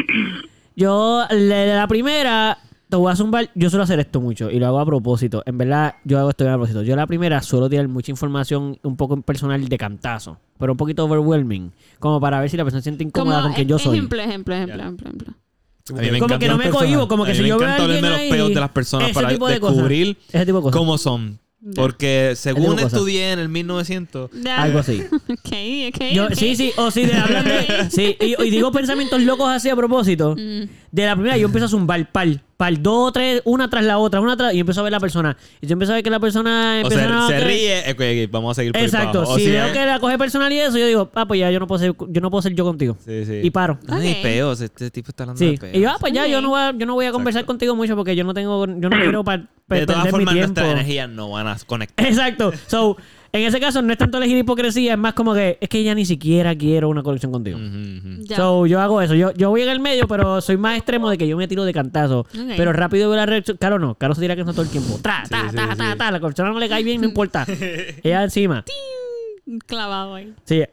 B: yo la, la primera te voy a zumbar, yo suelo hacer esto mucho y lo hago a propósito. En verdad, yo hago esto a propósito. Yo la primera suelo tirar mucha información un poco personal de cantazo, pero un poquito overwhelming, como para ver si la persona se siente incómoda
C: Como,
B: con quien yo
C: e-
B: soy.
C: Ejemplo, ejemplo, ejemplo, ejemplo, ejemplo.
A: A mí me
B: Como
A: encanta
B: que no me
D: las personas.
B: cohibo, como
A: A
B: que
A: mí
B: si
A: me
B: yo veo a
A: encanta
B: alguien
A: olerme los
B: ahí,
A: peos de las personas
B: ese
A: para
B: tipo de cosas.
A: descubrir
B: Ese tipo de cosas.
A: cómo son.
C: Ya.
A: Porque
B: tipo
A: según
B: de cosas.
A: estudié en el 1900,
C: Ya.
B: Ah, Algo así.
C: Ok, ok.
B: Yo,
C: ok.
B: sí, sí, o sí, de hablan de- sí, y, y digo pensamientos locos así a propósito. De la primera yo empiezo a zumbar pal, pal, dos, tres, una tras la otra, una tras, y empiezo a ver la persona. Y yo empiezo a ver que la persona
A: o
B: empieza
A: sea,
B: a-
A: se
B: que-
A: ríe, ok, ok, vamos a seguir por ahí para
B: Exacto.
A: abajo. O
B: si
A: sea,
B: veo que la coge personal y eso, yo digo, ah, pues ya yo no puedo ser, yo no puedo ser yo contigo.
A: Sí, sí.
B: Y paro.
A: Ay,
C: Ok.
A: peos, este tipo está hablando
B: Sí.
A: de peos.
B: Y yo, ah, pues ya, yo
C: Ok.
B: no voy a, yo no voy a conversar contigo mucho porque yo no tengo, yo no quiero pa-
A: de todas
B: perder mi
A: formas, nuestras
B: tiempo.
A: energías no van a conectar.
B: Exacto. So, en ese caso no es tanto elegir hipocresía, es más como que es que ya ni siquiera quiero una conexión contigo.
A: Ujú, ujú.
C: Ya.
B: So, yo hago eso. Yo, yo voy en el medio, pero soy más extremo de que yo me tiro de cantazo.
C: Ok.
B: Pero rápido veo la reacción. Claro, no. Claro se tira que no todo el tiempo. Tra, ta,
A: sí,
B: ta,
A: sí.
B: ta, ta. La persona no le cae bien, no importa. Ella encima.
C: Clavado ahí.
B: Sí.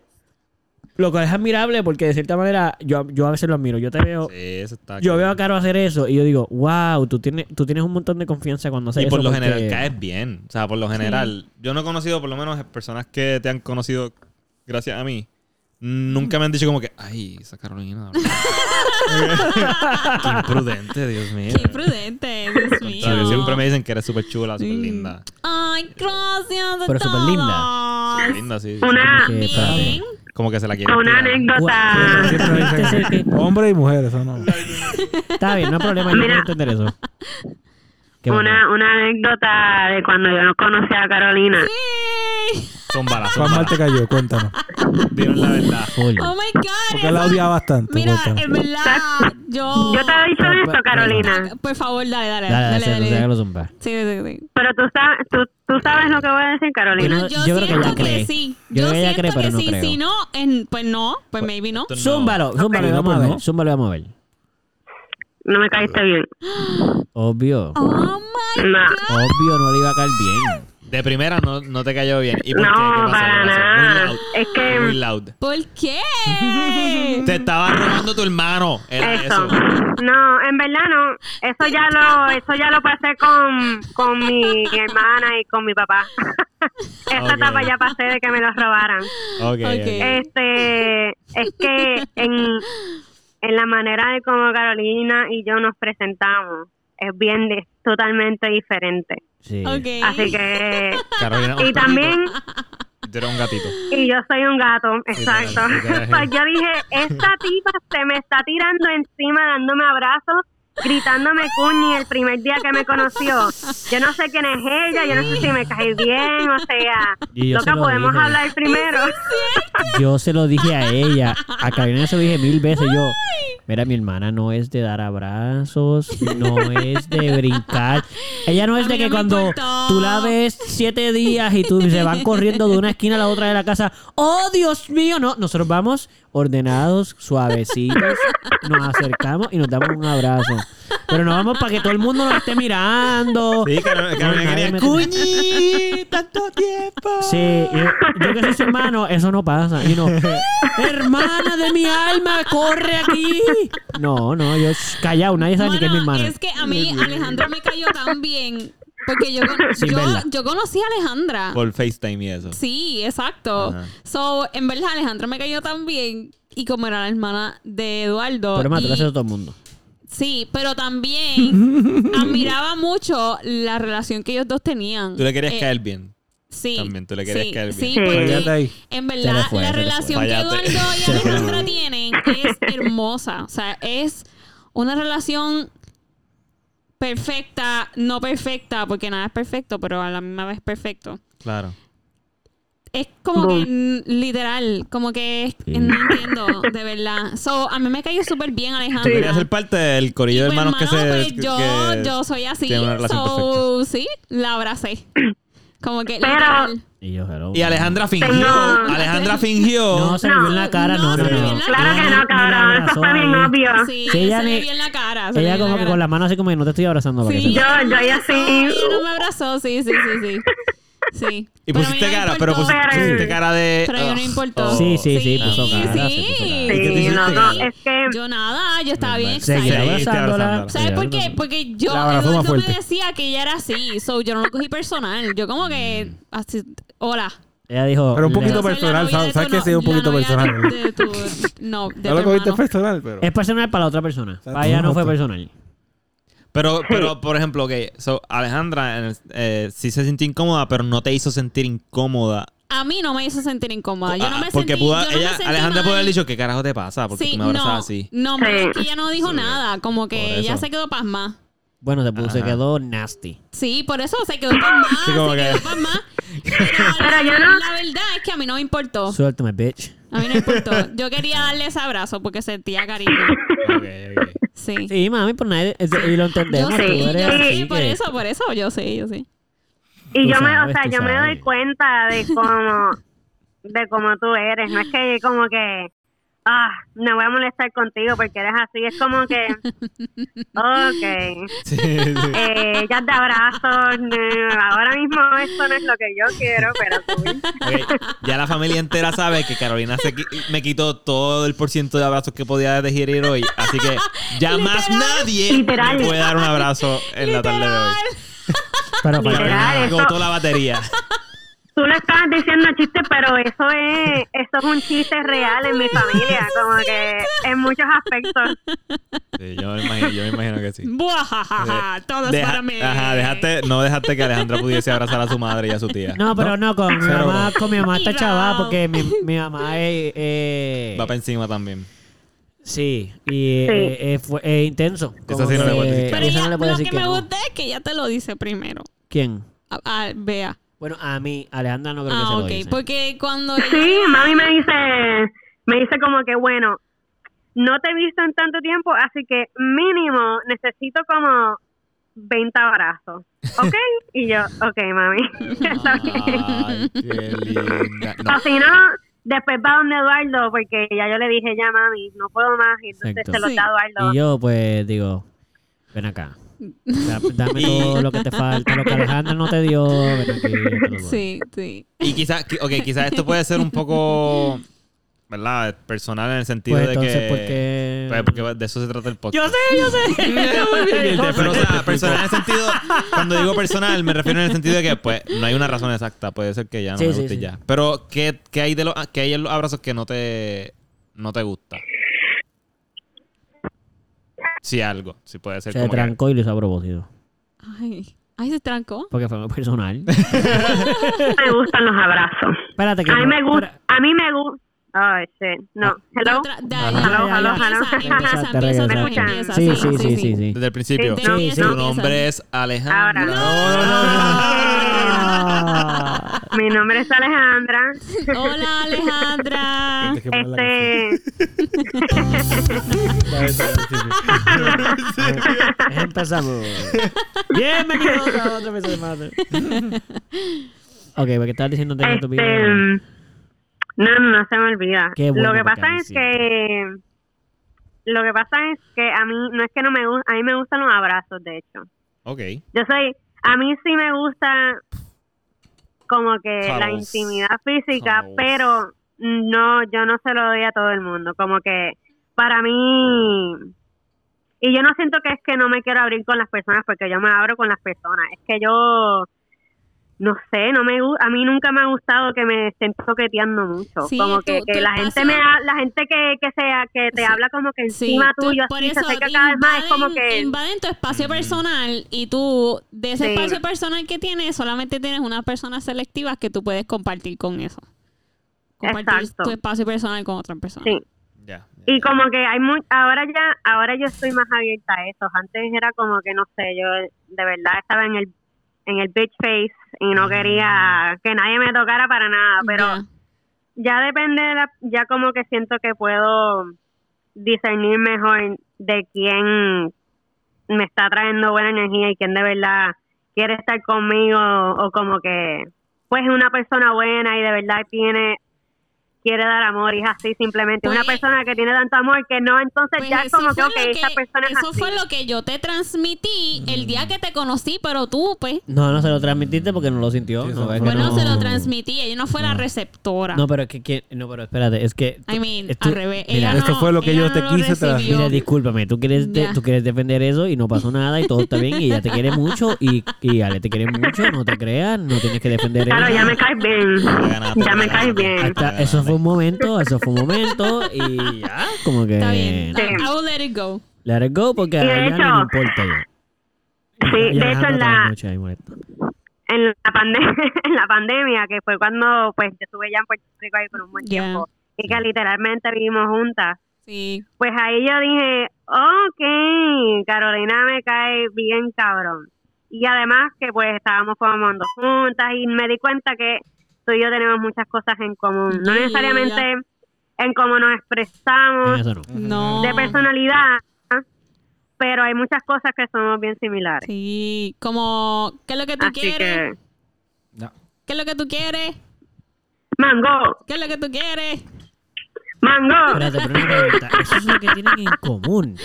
B: Lo cual es admirable porque de cierta manera yo, yo a veces lo admiro. Yo te veo.
A: Sí, eso está
B: Yo
A: cool.
B: veo a Caro hacer eso y yo digo, wow, tú tienes, tú tienes un montón de confianza cuando haces
A: Y
B: eso.
A: por lo
B: porque-
A: general caes bien. O sea, por lo general. Yo no he conocido, por lo menos, personas que te han conocido gracias a mí. Nunca me han dicho como que, ay, esa Carolina. bro". Qué imprudente, Dios mío.
C: Qué prudente, Dios
A: O
C: mío.
A: sea, Eh. siempre me dicen que eres súper chula, súper linda.
C: Ay, gracias.
B: Pero súper linda.
A: Súper linda, sí. sí.
E: Una,
B: Porque, espérate.
C: Bien.
A: Como que se la quiere.
E: una
A: tirar.
E: anécdota.
D: Siempre me dicen
B: Este es el que-
D: Hombre y mujer, eso no.
B: Está bien, no hay problema, yo
E: Mira.
B: puedo entender eso. Qué bueno.
E: Una, una anécdota de cuando yo no conocí a Carolina.
C: Yay.
A: Son balas, son
D: ¿Cuán mal
A: balas.
D: te cayó? Cuéntanos.
A: Dieron la verdad.
B: Full.
C: Oh my God.
D: Porque la
C: esa-
D: odia bastante.
C: Mira,
B: pues,
D: cuéntanos.
C: en verdad, yo.
E: Yo te he dicho
B: Pero,
E: esto,
B: pero-
E: Carolina.
C: Por favor, dale, dale.
B: Dale,
C: Dale,
B: dale,
C: dale.
B: dale, déjalo zumbar.
C: Sí, sí, sí.
E: Pero tú sabes, tú, tú sabes lo que voy a decir,
B: Yo
E: Carolina.
B: no-
C: Bueno, yo,
B: yo creo que
C: siento
B: ella cree.
C: sí.
B: Yo creo que ella cree,
C: siento
B: pero no
C: sí.
B: creo.
C: Si no, en- pues no, pues maybe no.
A: Entonces, no.
B: Zúmbalo, zúmbalo,
D: Ok.
B: vamos a
D: No, pues
B: ver.
D: no.
B: Zúmbalo, vamos a ver.
E: No me caíste bien.
B: Obvio.
C: Oh my
E: No.
B: Obvio, no le iba a caer bien.
A: De primera no, no te cayó bien. ¿Y por qué? ¿Qué
E: No,
A: pasó?
E: para
A: ¿Qué pasó? Muy
E: nada.
A: loud.
E: Es
A: Muy
E: que
A: loud.
C: ¿Por qué?
A: Te estaba robando tu hermano. Era
E: eso.
A: eso.
E: No, en verdad no. Eso ya lo, eso ya lo pasé con, con mi hermana y con mi papá. Esa
A: Ok.
E: etapa ya pasé de que me los robaran.
A: Ok.
C: Ok.
E: Este, es que en, en la manera de cómo Carolina y yo nos presentamos es bien de- totalmente diferente.
B: Sí.
C: Ok.
E: Así que
A: Carolina, un
E: y
A: perrito,
E: también
A: tú eres un gatito.
E: y yo soy un gato, exacto.
A: literal.
E: Pues yo dije, esta tipa se me está tirando encima dándome abrazos gritándome cuñi el primer día que me conoció. Yo no sé quién es ella, yo no sé si me caí bien, o sea,
B: Y yo se
E: loca,
B: lo
E: podemos
B: dije.
E: hablar primero.
B: Yo se lo dije a ella, a Carolina se lo dije mil veces yo. Mira, mi hermana no es de dar abrazos, no es de brincar. Ella no es
C: A
B: de
C: mí
B: que
C: no me
B: cuando
C: importó.
B: tú la ves siete días y tú se van corriendo de una esquina a la otra de la casa. ¡Oh, Dios mío! No, nosotros vamos ordenados, suavecitos, nos acercamos y nos damos un abrazo. Pero no vamos para que todo el mundo nos esté mirando.
A: Sí, Carol- Carolina
B: No,
A: quería
B: nadie me-
A: cuñi tanto tiempo.
B: Sí, yo, yo que soy su hermano, eso no pasa. Y no, hermana de mi alma, corre aquí. No, no, yo shh, callado, nadie sabe ni que es mi
C: Mano,
B: hermana.
C: es que a mí Alejandra me cayó tan bien. Porque yo,
B: Sin
C: yo,
B: verla.
C: yo conocí a Alejandra.
A: Por FaceTime y eso.
C: Sí, exacto.
A: Ajá.
C: So, en verdad, Alejandra me cayó tan bien. Y como era la hermana de Eduardo.
B: Pero más,
C: y-
B: tú lo haces a todo el mundo.
C: Sí, pero también admiraba mucho la relación que ellos dos tenían.
A: Tú le querías
C: Eh,
A: caer bien.
C: Sí.
A: También tú le querías
C: sí,
A: caer bien.
C: Sí,
E: Sí.
D: Fallate
C: porque
D: ahí.
C: en
B: Se le
C: verdad
B: fue,
C: la
B: se le
C: relación
A: fue.
C: que
A: Fallate.
C: Eduardo y
B: Se le fue.
C: Alejandra tienen es hermosa. O sea, es una relación perfecta, no perfecta, porque nada es perfecto, pero a la misma vez perfecto.
A: Claro.
C: Es como
E: Boom.
C: que mm, literal, como que es-
B: Sí.
C: no entiendo, de verdad. So, a mí me cayó súper bien
A: Tú
C: Alejandra.
A: querías ser parte del corillo de
C: Pues,
A: hermanos que
C: mano,
A: se.
C: pues, yo,
A: que-
C: yo soy así.
A: tiene una relación
C: So, sí, la abracé. Como que
E: Pero-
C: literal.
B: Y yo, hello.
A: Y Alejandra fingió.
E: Tengo-
A: Alejandra fingió.
B: No, se le vio en la cara, no,
C: No,
B: no,
A: se le vio
B: no.
A: en la
E: Claro que
B: Ella
E: no, cabrón,
B: me la
E: eso fue bien
B: abrazó ahí.
E: obvio.
C: Sí,
B: Sí, ella
C: se le
B: ni-
C: vio en la cara. se le vio
B: Ella
C: en
B: como que con
C: cara.
B: las manos así como que no te estoy abrazando. para que
C: Sí,
B: sepas.
E: sepa. Yo- yo ahí así.
C: Ay, ella no me abrazó, sí, sí, sí, sí. Sí.
A: Y
C: Pero a mí
A: pusiste
C: no me
A: cara, pero
C: importó.
A: pusiste,
E: Pero-
A: pusiste cara de.
C: Pero yo no
A: "Ugh,
C: importó.
A: oh".
B: Sí, sí, sí, puso
C: Sí,
B: cara.
C: sí.
B: se puso cara.
A: ¿Y qué te
E: Sí,
A: hiciste?
E: no, es que
C: Yo nada, yo estaba bien
A: Seguí
B: Seguí
C: excited.
B: abrazándola.
A: abrazándola.
C: ¿Sabes
B: Seguí
C: por qué?
B: abrazándola.
C: Porque yo,
D: La abrazó
C: Eduardo
D: más
C: me
D: fuerte.
C: decía que ella era así, so yo no lo cogí personal. Yo como que,
A: Mm.
C: así, hola.
B: Ella dijo.
D: Pero un
B: le-
D: poquito
C: Yo soy la
D: personal,
C: novia
D: ¿sabes?
C: de
D: ¿Sabes
C: tu
D: que sí, un
C: no- la
D: poquito
C: novia
D: personal?
C: de- de tu- no, de tu
D: No lo cogiste
C: hermano.
D: personal, pero.
B: Es personal para la otra persona.
D: Exacto,
B: Para ella no fue
D: exacto.
B: personal.
A: Pero, pero, por ejemplo, que so, Alejandra en el- eh, sí se sintió incómoda, pero no te hizo sentir incómoda.
C: A mí no me hizo sentir incómoda. Yo no me
A: Ah, porque
C: sentí,
A: pudo-
C: yo no me
A: ella,
C: sentí
A: Alejandra
C: mal.
A: puede haber dicho, ¿qué carajo te pasa? Porque tú me abrazas
C: no,
A: así.
C: No,
E: Sí.
C: pero es que ella no dijo
A: Sí.
C: nada. Como
A: Por
C: que
A: eso.
C: ella se quedó pasma.
B: Bueno, se puso- se
A: Ajá.
B: quedó nasty.
C: Sí, por eso se quedó pasma.
A: Sí, como
C: se
A: que-
C: quedó pasma. Pero,
E: Pero yo
C: la,
E: no-
C: la verdad es que a mí no me importó.
B: Suéltame, bitch.
C: A mí no me importó. Yo quería darle ese abrazo porque sentía cariño.
A: Ok, ok.
C: Sí.
B: Sí, mami, pues nadie. es- Y
C: Yo
B: lo entendemos.
C: sé,
B: tú eres
C: yo sé,
B: así
C: por
B: que-
C: eso, por eso, yo sé, yo sé.
E: y
B: Tú
E: yo me, o
B: sabes,
E: sea,
B: tú
E: yo me doy
B: sabes.
E: cuenta de cómo de cómo tú eres, no es que como que ah, me voy a molestar contigo porque eres así, es como que ok,
A: Sí, sí.
E: eh, ya te abrazo, no, ahora mismo esto no es lo que yo quiero, pero cool.
A: Ok, Ya la familia entera sabe que Carolina se qui- me quitó todo el por ciento de abrazos que podía digerir hoy. Así que ya más nadie
E: Literal.
A: me puede dar un abrazo en la tarde de hoy.
B: Pero para
A: Carolina
E: Literal, eso-
A: agotó la batería.
E: Tú lo estabas diciendo chiste, pero eso es, eso es un chiste real en mi familia, como que en muchos aspectos.
A: Sí, yo, me imagino, yo me imagino que sí.
B: Eh,
C: Buajajaja, todo es
A: Deja-
C: para mí.
A: Ajá, dejaste, no dejaste que Alejandra pudiese abrazar a su madre y a su tía.
B: No, pero no, con mi
D: Cero.
B: mamá, con mi mamá está
C: No.
B: chavada porque mi, mi mamá es... eh,
A: Va para encima también.
B: sí, y eh, es intenso.
A: Eso sí no le puedes decir que
C: Pero
A: Eso
B: esa
C: ella-
B: no le puedes
C: lo
B: decir
C: que
B: que
C: me
B: no.
C: gusta es que ella te lo dice primero.
B: ¿Quién?
C: A- a- Vea.
B: Bueno, a mí, Alejandra no creo que
C: ah,
B: se lo
C: ok.
B: dice.
C: Porque cuando.
E: Sí, mami me dice, me dice como que bueno, no te he visto en tanto tiempo, así que mínimo necesito como 20 abrazos, ¿ok? Y yo, ok, mami. Está bien.
B: Ah.
A: Ay, qué linda. No,
E: O si no, después va donde Eduardo, porque ya yo le dije ya, mami, no puedo más, y entonces
B: Exacto.
E: se los da a Eduardo.
B: Y yo, pues, digo, ven acá. Da- Dame
A: Y-
B: todo lo que te falta, lo que Alejandra no te dio. Ven aquí, yo te lo doy.
C: Sí, sí.
A: Y quizás, ok, quizás esto puede ser un poco, ¿verdad? Personal en el sentido
B: Pues
A: de
B: entonces,
A: que...
B: ¿por qué?
A: Pues porque de eso se trata el podcast.
B: Yo sé, yo sé.
A: Pero, o sea, personal en el sentido... Cuando digo personal, me refiero en el sentido de que, pues, no hay una razón exacta. Puede ser que ya no
B: Sí,
A: me
B: sí,
A: guste
B: sí.
A: ya. Pero, ¿qué, qué hay de los, qué hay en los abrazos que no te, no te gusta? Si algo. Si puede ser
B: Se
A: como que-
B: trancó y lo hizo a propósito.
C: Ay, ay, se trancó.
B: Porque fue algo personal.
E: Me gustan los abrazos.
B: Espérate que
E: A mí
B: no-
E: me gusta,
B: espera-
E: a mí me gusta. Oh, shit. No.
B: Ah.
E: Hello.
C: Otra-
B: Ajá.
C: Dale,
E: Hello, hello, hello.
C: Empieza, empieza,
B: Te
C: empieza,
B: regresaste.
C: empieza, empieza.
E: regresaste.
B: Sí, sí, sí, sí, sí.
A: Desde el principio.
C: Desde-
B: Sí,
A: Su
B: sí.
C: empieza,
A: nombre
C: empieza.
A: es Alejandra.
E: Ahora.
A: No, no, no, no, no.
B: Ah.
E: Mi nombre es Alejandra.
C: Hola, Alejandra.
D: Tienes que poner la canción.
E: Este.
D: Dale, dale, sí, sí.
B: Empezamos. Bienvenidos a otro episodio más. de- ok, porque estabas diciendo de tu vida.
E: Este, mm, no, no, no se me olvida.
B: Qué bueno
E: lo que
B: porque a
E: pasa
B: mí
E: es
B: sí.
E: que lo que pasa es que a mí no es que no me gusta, a mí me gustan los abrazos, de hecho.
A: Ok.
E: Yo soy a mí sí me gusta como que la
A: Cuddles.
E: intimidad física,
A: Cuddles.
E: pero no yo no se lo doy a todo el mundo, como que para mí y yo no siento que es que no me quiero abrir con las personas porque yo me abro con las personas, es que yo no sé, no me gu- a mí nunca me ha gustado que me estén toqueteando mucho,
C: Sí,
E: como
C: tú-
E: que, que
C: tú
E: la
C: estás
E: gente me
C: haciendo-
E: ha- la gente que que sea que te
C: Sí.
E: habla como que
C: Sí,
E: encima
C: tú-
E: tuyo,
C: por
E: así, se
C: eso
E: acerca cada vez más, es como
C: invaden-
E: que
C: invaden tu
D: Mm.
C: espacio personal y tú, de ese
E: Sí.
C: espacio personal que tienes, solamente tienes unas personas selectivas que tú puedes compartir con eso. Compartir
E: Exacto.
C: tu espacio personal con otra persona.
E: sí.
A: Ya. ya.
E: y como que hay muy, ahora ya ahora yo estoy más abierta a eso antes era como que no sé yo de verdad estaba en el en el bitch face y no quería que nadie me tocara para nada ah, pero
C: Ya.
E: ya depende de la, ya como que siento que puedo discernir mejor de quién me está trayendo buena energía y quién de verdad quiere estar conmigo o como que pues es una persona buena y de verdad tiene quiere dar amor y es así simplemente una
C: Pues-
E: persona que tiene tanto amor que no entonces
C: Pues
E: ya es
C: eso
E: como que
C: fue
E: ok,
C: lo
E: esta persona es
C: eso
E: así
C: fue lo que yo te transmití el
D: Mm.
C: día que te conocí, pero tú, pues,
B: No, no se lo transmitiste porque no lo sintió.
D: Sí,
B: no,
D: eso
B: es que
C: bueno,
B: no-
C: se lo transmití, ella no fue la receptora.
B: No, pero es que, ¿quién? no, pero espérate, es que
C: I mean,
B: tú-
C: al revés.
B: mira,
C: ella no,
D: esto fue lo que
C: ella
D: yo
C: no
D: te
C: lo
D: quise
C: recibió.
D: transmitir.
B: Mira, discúlpame, tú quieres, de-
C: Ya.
B: tú quieres defender eso y no pasó nada y todo está bien y ella te quiere mucho y, y Ale te quiere mucho, no te creas, no tienes que defender
E: claro
B: eso.
E: ya me caes bien
A: Te ganaste,
E: ya me
A: te
E: caes
A: ganaste.
E: bien
A: Ah,
B: Hasta- eso fue un momento, eso fue un momento y ya, como que
C: Está bien,
E: Sí.
C: I will let it go.
B: let it go porque a
E: Y de
B: ella no
E: hecho-
B: le importa ya.
E: Sí, de
B: Ella
E: hecho,
B: deja
E: en
B: toda
E: la-
B: noche ahí molesta.
E: en la pandemia, en la pandemia que fue cuando pues yo estuve ya en Puerto Rico ahí por un buen
C: Ya.
E: tiempo y que literalmente vivimos juntas.
C: Sí.
E: Pues ahí yo dije, ok, Carolina me cae bien cabrón. Y además que pues estábamos formando juntas y me di cuenta que tú y yo tenemos muchas cosas en común. No
C: Ya.
E: necesariamente en cómo nos
B: En
E: expresamos,
B: eso no.
C: No.
E: de personalidad, pero hay muchas cosas que somos bien similares.
C: Sí, como, ¿qué es lo que tú
E: Así
C: quieres?
E: que,
D: No.
C: ¿Qué es lo que tú quieres?
E: mango,
C: ¿Qué es lo que tú quieres?
E: mango.
B: Espérate, pero una pregunta, eso es lo que tienen en común.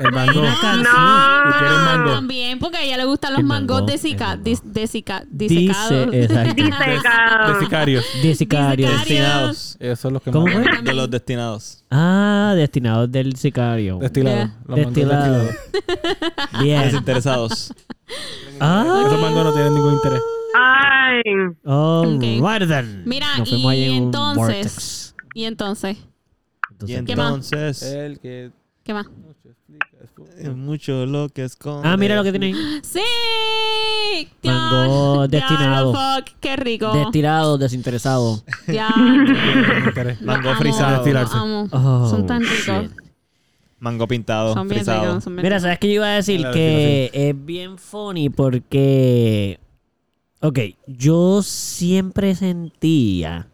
D: El mango.
B: Una canción.
E: No.
D: ¿Y quieres mango?
C: Ah, También, porque a ella le gustan los
B: El
C: mangos
B: mango,
C: de sica,
B: el mango.
C: dis- de sica-
B: Dice,
C: disecados.
B: exacto.
D: De
E: Disecado.
B: De
D: sicarios.
B: sicario.
C: Dice Cario.
A: Destinados.
D: Ellos son los que
B: ¿Cómo
D: mandan.
B: fue?
A: De los destinados.
B: Ah, destinados del sicario.
D: Destilado.
C: Ya.
D: Los mangos
B: Destilado.
D: destilados.
B: Bien.
A: Desinteresados.
B: Ah,
D: Esos mangos no tienen ningún interés.
E: Ay.
B: all
C: Ok.
B: right then.
C: Mira,
B: oh, Nos
C: y
B: fuimos ahí en un
C: entonces, y entonces,
B: vortex.
A: Y
B: Entonces,
C: ¿qué más?
B: Eh.
A: entonces,
D: El que
C: ¿qué más?
A: es mucho lo que esconde.
B: ah, mira lo que tiene ahí.
C: ¡Sí!
B: Mango
C: Diablo,
B: destinado.
C: fuck, ¡Qué rico!
B: Destilado, desinteresado.
C: Diablo.
D: tiene interés.
A: Mango
C: Amo,
A: frisado.
D: Destilarse.
C: Ah, amo.
B: Oh,
C: son tan
B: shit.
C: ricos.
A: Mango pintado.
C: Son bien
A: frisado.
C: ricos. son bien
B: Mira,
C: ricos.
B: ¿sabes qué yo iba a decir?
D: Claro,
B: que es bien funny porque. Ok, yo siempre sentía.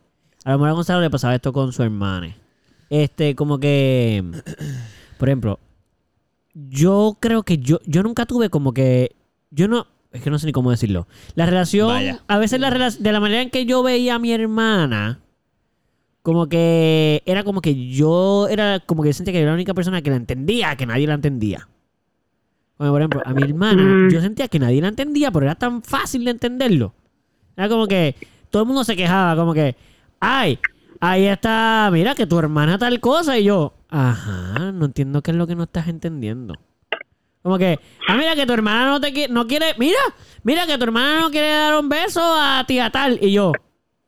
B: A lo mejor a Gonzalo le pasaba esto con su hermana. Este, como que. Por ejemplo, yo creo que yo, yo nunca tuve como que. Yo no. Es que no sé ni cómo decirlo. La relación.
A: Vaya.
B: A veces la relación. De la manera en que yo veía a mi hermana. Como que. Era como que yo. Era como que sentía que yo era la única persona que la entendía, que nadie la entendía. Como por ejemplo, a mi hermana.
E: Mm.
B: Yo sentía que nadie la entendía, pero era tan fácil de entenderlo. Era como que todo el mundo se quejaba, como que, ay, ahí está, mira que tu hermana tal cosa y yo, ajá, no entiendo qué es lo que no estás entendiendo. Como que, ah, mira que tu hermana no te qui- no quiere, mira, mira que tu hermana no quiere dar un beso a tía tal y yo,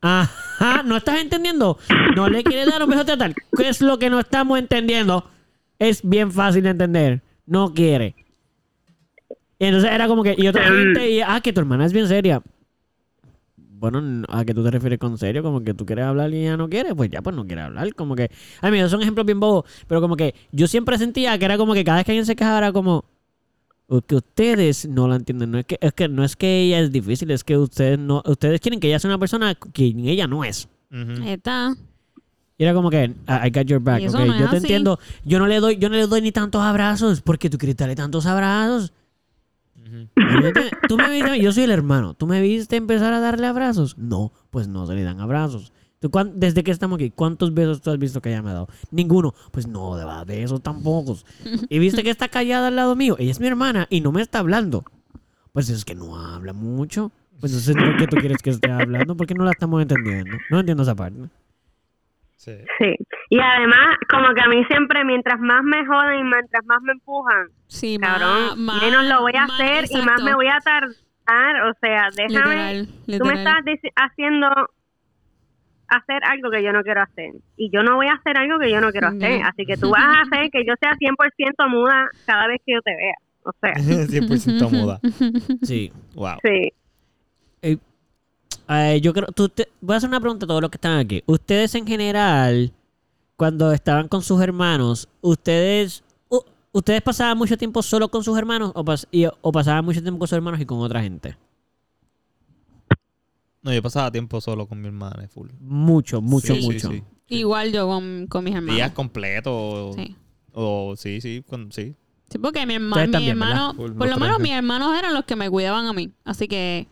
B: ajá, no estás entendiendo, no le quiere dar un beso a tía tal, ¿qué es lo que no estamos entendiendo? Es bien fácil de entender, no quiere. Y entonces era como que, y otra gente, y, ah, que tu hermana es bien seria Bueno, n- ¿a qué tú te refieres con serio? Como que tú quieres hablar y ya no quieres, pues ya pues no quiere hablar. Como que. Ay, mira, son ejemplos bien bobos. Pero como que yo siempre sentía que era como que cada vez que alguien se quejaba era como. "U- Que ustedes no la entienden. No es que, es que no es que ella es difícil, es que ustedes no, ustedes quieren que ella sea una persona que ella no es.
A: Ujú.
C: Ahí está.
B: Y era como que, I I got your back,
C: Y eso
B: ok,
C: no es
B: yo te
C: así.
B: entiendo. Yo no le doy, yo no le doy ni tantos abrazos, porque tú quieres darle tantos abrazos. Yo te- Tú me viste, yo soy el hermano. ¿Tú me viste empezar a darle abrazos? No, pues no se le dan abrazos. ¿Tú cuán- ¿Desde que estamos aquí? ¿Cuántos besos tú has visto que ella me ha dado? Ninguno. Pues no, de verdad, de esos tampoco. ¿Y viste que está callada al lado mío? Ella es mi hermana y no me está hablando. Pues es que no habla mucho. Pues entonces, ¿por qué tú quieres que esté hablando? Porque no la estamos entendiendo. No entiendo esa parte.
A: Sí.
E: Sí. Y además, como que a mí siempre, mientras más me joden y mientras más me empujan,
C: Sí, más,
E: cabrón, menos lo voy a hacer y más me voy a tardar. O sea, déjame.
C: Literal,
E: Tú me
C: literal.
E: estás dici- haciendo hacer algo que yo no quiero hacer. Y yo no voy a hacer algo que yo no quiero hacer.
C: Ya.
E: Así que tú vas a hacer que yo sea 100% muda cada vez que yo te vea. O sea,
A: 100% muda.
B: Sí.
A: Wow.
E: sí.
B: Ay, Eh, yo creo, tú te- voy a hacer una pregunta a todos los que están aquí. Ustedes en general, cuando estaban con sus hermanos, ustedes, u- ustedes pasaban mucho tiempo solo con sus hermanos o, pas- y- o pasaban mucho tiempo con sus hermanos y con otra gente.
A: No, yo pasaba tiempo solo con mi hermana, full.
B: Mucho, mucho,
A: Sí, sí,
B: mucho.
A: sí.
C: Igual yo con, con mis hermanos.
A: Días completos.
C: Sí.
A: O sí, sí, con- sí.
C: Sí, porque mi herma-
B: Ustedes
C: mi
B: también,
C: hermano,
A: ¿verdad? Por
C: por
A: los
C: lo menos
A: tres.
C: mis hermanos eran los que me cuidaban a mí. Así que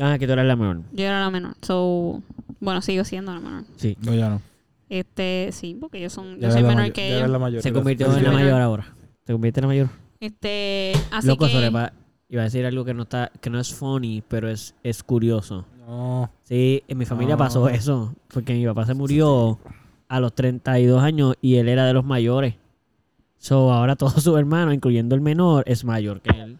B: Ah, que tú eras la menor.
C: yo era la menor. So, bueno, sigo siendo la menor.
B: Sí.
D: No, ya no.
C: Este, sí, porque yo, son, yo
D: Ya era
C: soy
D: la
C: menor
D: mayor- ya
C: que
D: era
C: ellos.
D: la mayor.
B: Se
D: Gracias.
B: convirtió en la
C: Felicidades.
B: mayor ahora. Se convirtió en la mayor.
C: Este, así
B: Loco,
C: que...
B: sobre pa- iba a decir algo que no está, que no es funny, pero es, es curioso.
D: No.
B: Sí, en mi familia
D: Ah.
B: pasó eso, porque mi papá se murió a los 32 años y él era de los mayores. So, ahora todos sus hermanos, incluyendo el menor, es mayor que él.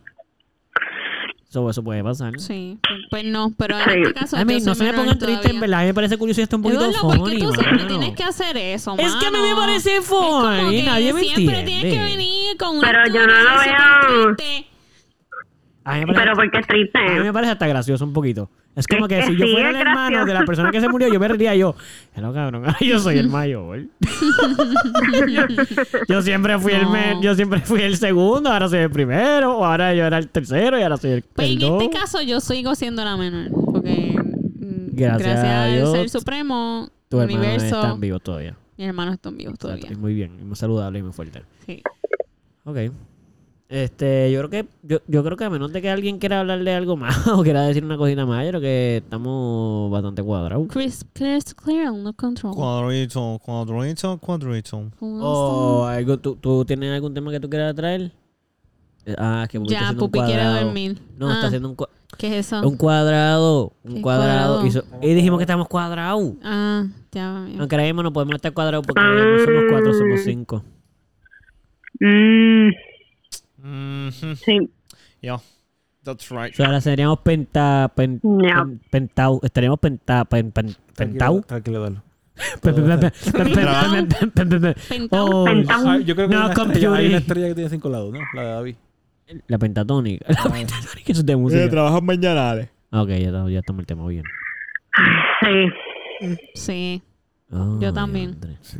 B: So, eso puede pasar.
C: Sí, pues no, pero en este caso
B: A mí
C: yo soy
B: no se me
C: menor
B: pongan tristes, en
C: todavía.
B: verdad. A mí me parece curioso y esto es un poquito
C: Eduardo, ¿por
B: funny,
C: qué tú siempre
B: mano.
C: tienes que hacer eso,
B: Es que a mí me
C: mano?
B: parece
C: Es como
B: funny,
C: que
B: nadie me
C: siempre
B: entiende.
C: tienes que venir con una
E: Pero yo no lo
C: cara súper
E: veo.
C: triste.
B: A mí me parece-
E: Pero porque es triste.
B: A mí me parece hasta gracioso un poquito. Es como que
E: Es
B: si
E: que
B: yo
E: Eh. sí,
B: fuera el
E: es
B: hermano de la
E: gracioso.
B: persona que se murió, yo me reiría yo. Hello, cabrón. Yo soy el mayor. yo siempre fui el
C: No.
B: men- yo siempre fui el segundo, ahora soy el primero, o ahora yo era el tercero y ahora soy el,
C: Pues
B: el
C: en
B: dos.
C: este caso yo sigo siendo la menor, porque mm,
B: Gracias
C: gracias,
B: a Dios,
C: al ser supremo,
B: Tu hermano
C: universo,
B: está en vivo todavía.
C: mis hermanos están vivos
B: Exacto,
C: todavía.
B: y muy bien, y muy saludable y muy fuerte.
C: Sí.
B: Ok. Este, yo creo que, yo, yo creo que a menos de que alguien quiera hablarle algo más o quiera decir una cosita más, yo creo que estamos bastante cuadrados.
C: Chris, Chris, clear, no control.
A: Cuadrito, cuadrito, cuadrito.
B: O algo, ¿tú, tú tienes algún tema que tú quieras traer? Eh, Ah, que Pupi está
C: ya,
B: haciendo un
C: Pupi quiere
B: cuadrado.
C: dormir.
B: No,
C: Ah,
B: está haciendo un, cua-
C: ¿Qué es eso?
B: un cuadrado. Un
C: ¿Qué
B: cuadrado.
C: cuadrado?
B: Hizo- Y dijimos que estamos cuadrados.
C: Ah, ya va bien.
B: Aunque ahora mismo no podemos estar cuadrados porque no somos cuatro, somos cinco.
E: Mm,
A: Mhm.
C: Mm-hmm.
E: sí.
A: Yeah, that's right.
B: O sea, ahora seríamos penta, pen-
E: No.
B: pen- pentau. Estaríamos penta, pen, pen- pentau.
D: Tranquilo, dalo.
B: Pen- pen- pen- pen- pen- pen- pen- pen- pen-
C: Pentau.
B: Oh,
E: Pentau.
D: Ah, yo creo que
B: No,
D: hay, una estrella,
B: computer.
D: hay una estrella que tiene cinco lados, ¿no? La de David.
B: La pentatónica. La pentatónica eso es de música.
A: trabajas mañanales.
B: Ah, Ok, ya, estamos- ya estamos el tema bien.
E: Sí.
C: Sí.
B: Ah,
C: Yo también.
B: diantre.
D: Sí.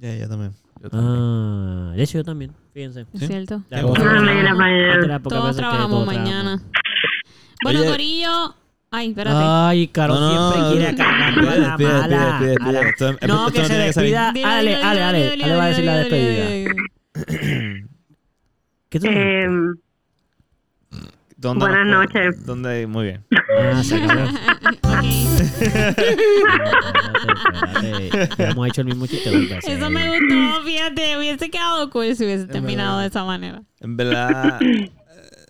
A: Ya, ya también.
B: Ah, de hecho yo también, fíjense.
C: Es cierto.
B: La
A: Ah,
B: poca-
E: mira,
B: otra-
E: mañana.
B: otra poca
C: Todos
B: vez que
C: trabajamos
B: todos
C: mañana.
B: trabajamos.
C: Bueno,
A: Oye.
C: Corillo. Ay, espérate.
B: Ay, Caro
A: No, no,
B: siempre
A: no,
B: quiere
A: no.
B: cagarme a la
A: Despide, despide,
B: mala.
A: despide, despide.
B: A la-
A: Esto- esto
B: No,
A: no
B: que se
A: tiene que salir.
B: despida.
C: Dile,
B: Ale,
C: dile,
B: ale,
C: dile,
B: ale.
C: dile,
B: Ale va a
C: dile,
B: decir la
C: dile, dile,
B: despedida.
C: dile.
B: ¿Qué tú dijiste?
E: Eh,
A: ¿Dónde
E: Buenas
A: nos-
E: noches.
A: ¿Dónde? Muy bien.
B: Ah, se acabó.
C: Ok.
B: Espérate, espérate. Ya hemos hecho el mismo chiste dos veces.
C: Eso me gustó, fíjate. Hubiese quedado cool si hubiese terminado de esa manera.
A: En verdad,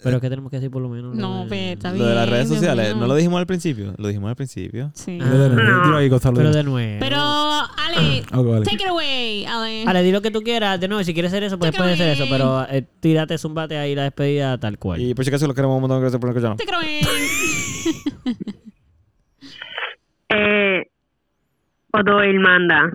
B: Pero ¿qué tenemos que decir por lo menos?
C: No,
B: Eh,
C: pero está bien.
A: lo de las redes
C: Dios
A: sociales,
C: mío.
A: ¿no lo dijimos al principio? Lo dijimos al principio.
C: Sí.
B: Ah.
D: Dilo ahí, Gonzalo.
B: Pero
D: dilo.
B: de nuevo.
C: Pero, Ale,
D: Ok, vale.
C: take it away, Ale.
B: Ale, di lo que tú quieras. De nuevo, si quieres hacer eso, pues
C: Te
B: puedes hacer eso.
C: acabé.
B: Pero eh, tírate, zumbate ahí la despedida tal cual.
A: Y por si acaso los queremos un montón. Gracias por escucharnos.
C: Take it away.
E: eh, Odoil manda.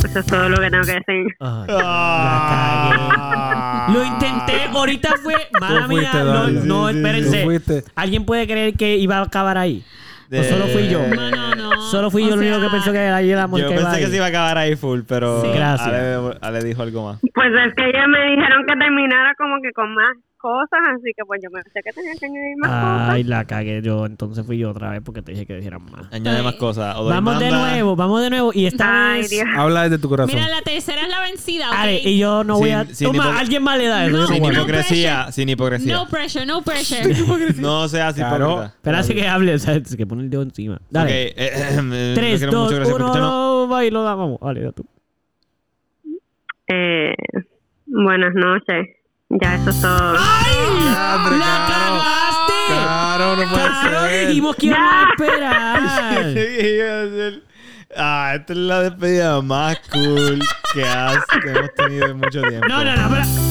E: Eso Pues es todo lo que tengo que decir.
B: Ay,
A: Ah.
B: Lo intenté, ahorita fue. Mala
D: fuiste,
B: mía, no,
D: dale.
B: no,
D: Sí, sí, sí.
B: espérense.
D: Tú fuiste.
B: ¿Alguien puede creer que iba a acabar ahí?
A: De-
B: O solo fui yo.
C: Mano, no.
B: Solo fui
C: O
B: yo el único
C: sea,
B: que pensó que ahí era
A: Yo
B: Mónica
A: pensé que
B: Ibarra.
A: se iba a acabar ahí full, pero
B: Sí. Gracias.
A: Ale, Ale dijo algo más.
E: Pues es que ellos me dijeron que terminara como que con más cosas, así que pues yo pensé que tenía que añadir más
B: Ay, la cagué yo. Entonces fui yo otra vez porque te dije que dijeran más.
A: Añade
C: Ay.
A: más cosas. Odell
B: Vamos de
A: manda-
B: nuevo, vamos de nuevo. Y
E: cosas.
B: esta
E: Ay,
B: vez...
E: Dios.
D: Habla desde tu corazón.
C: Mira, la tercera es la vencida.
B: Ale,
C: ok?
B: y yo no voy a...
A: Sin- sin
B: Toma,
A: hipo-
B: alguien más le da eso.
C: No,
A: Sin
C: no
A: hipocresía,
C: pressure.
A: sin hipocresía.
C: No pressure, no pressure.
A: No seas
D: Claro.
A: hipócrita.
B: Espera, así que hable, o sea, es que pone el dedo encima.
A: Ok,
B: Dale.
A: eh, eh,
B: Tres,
A: lo quiero
B: dos,
A: mucho, gracias por
B: uno,
A: escucharnos.
B: no, va y lo damos. Vale, da tú.
E: Eh, buenas noches. Ya eso es todo.
D: ¡La Claro, no puede
B: Claro,
D: ser.
B: dijimos que íbamos a esperar.
A: Sí, iba a decir, Ah, esta es la despedida más cool que has- que hemos tenido en mucho tiempo.
B: No, no, no, pero...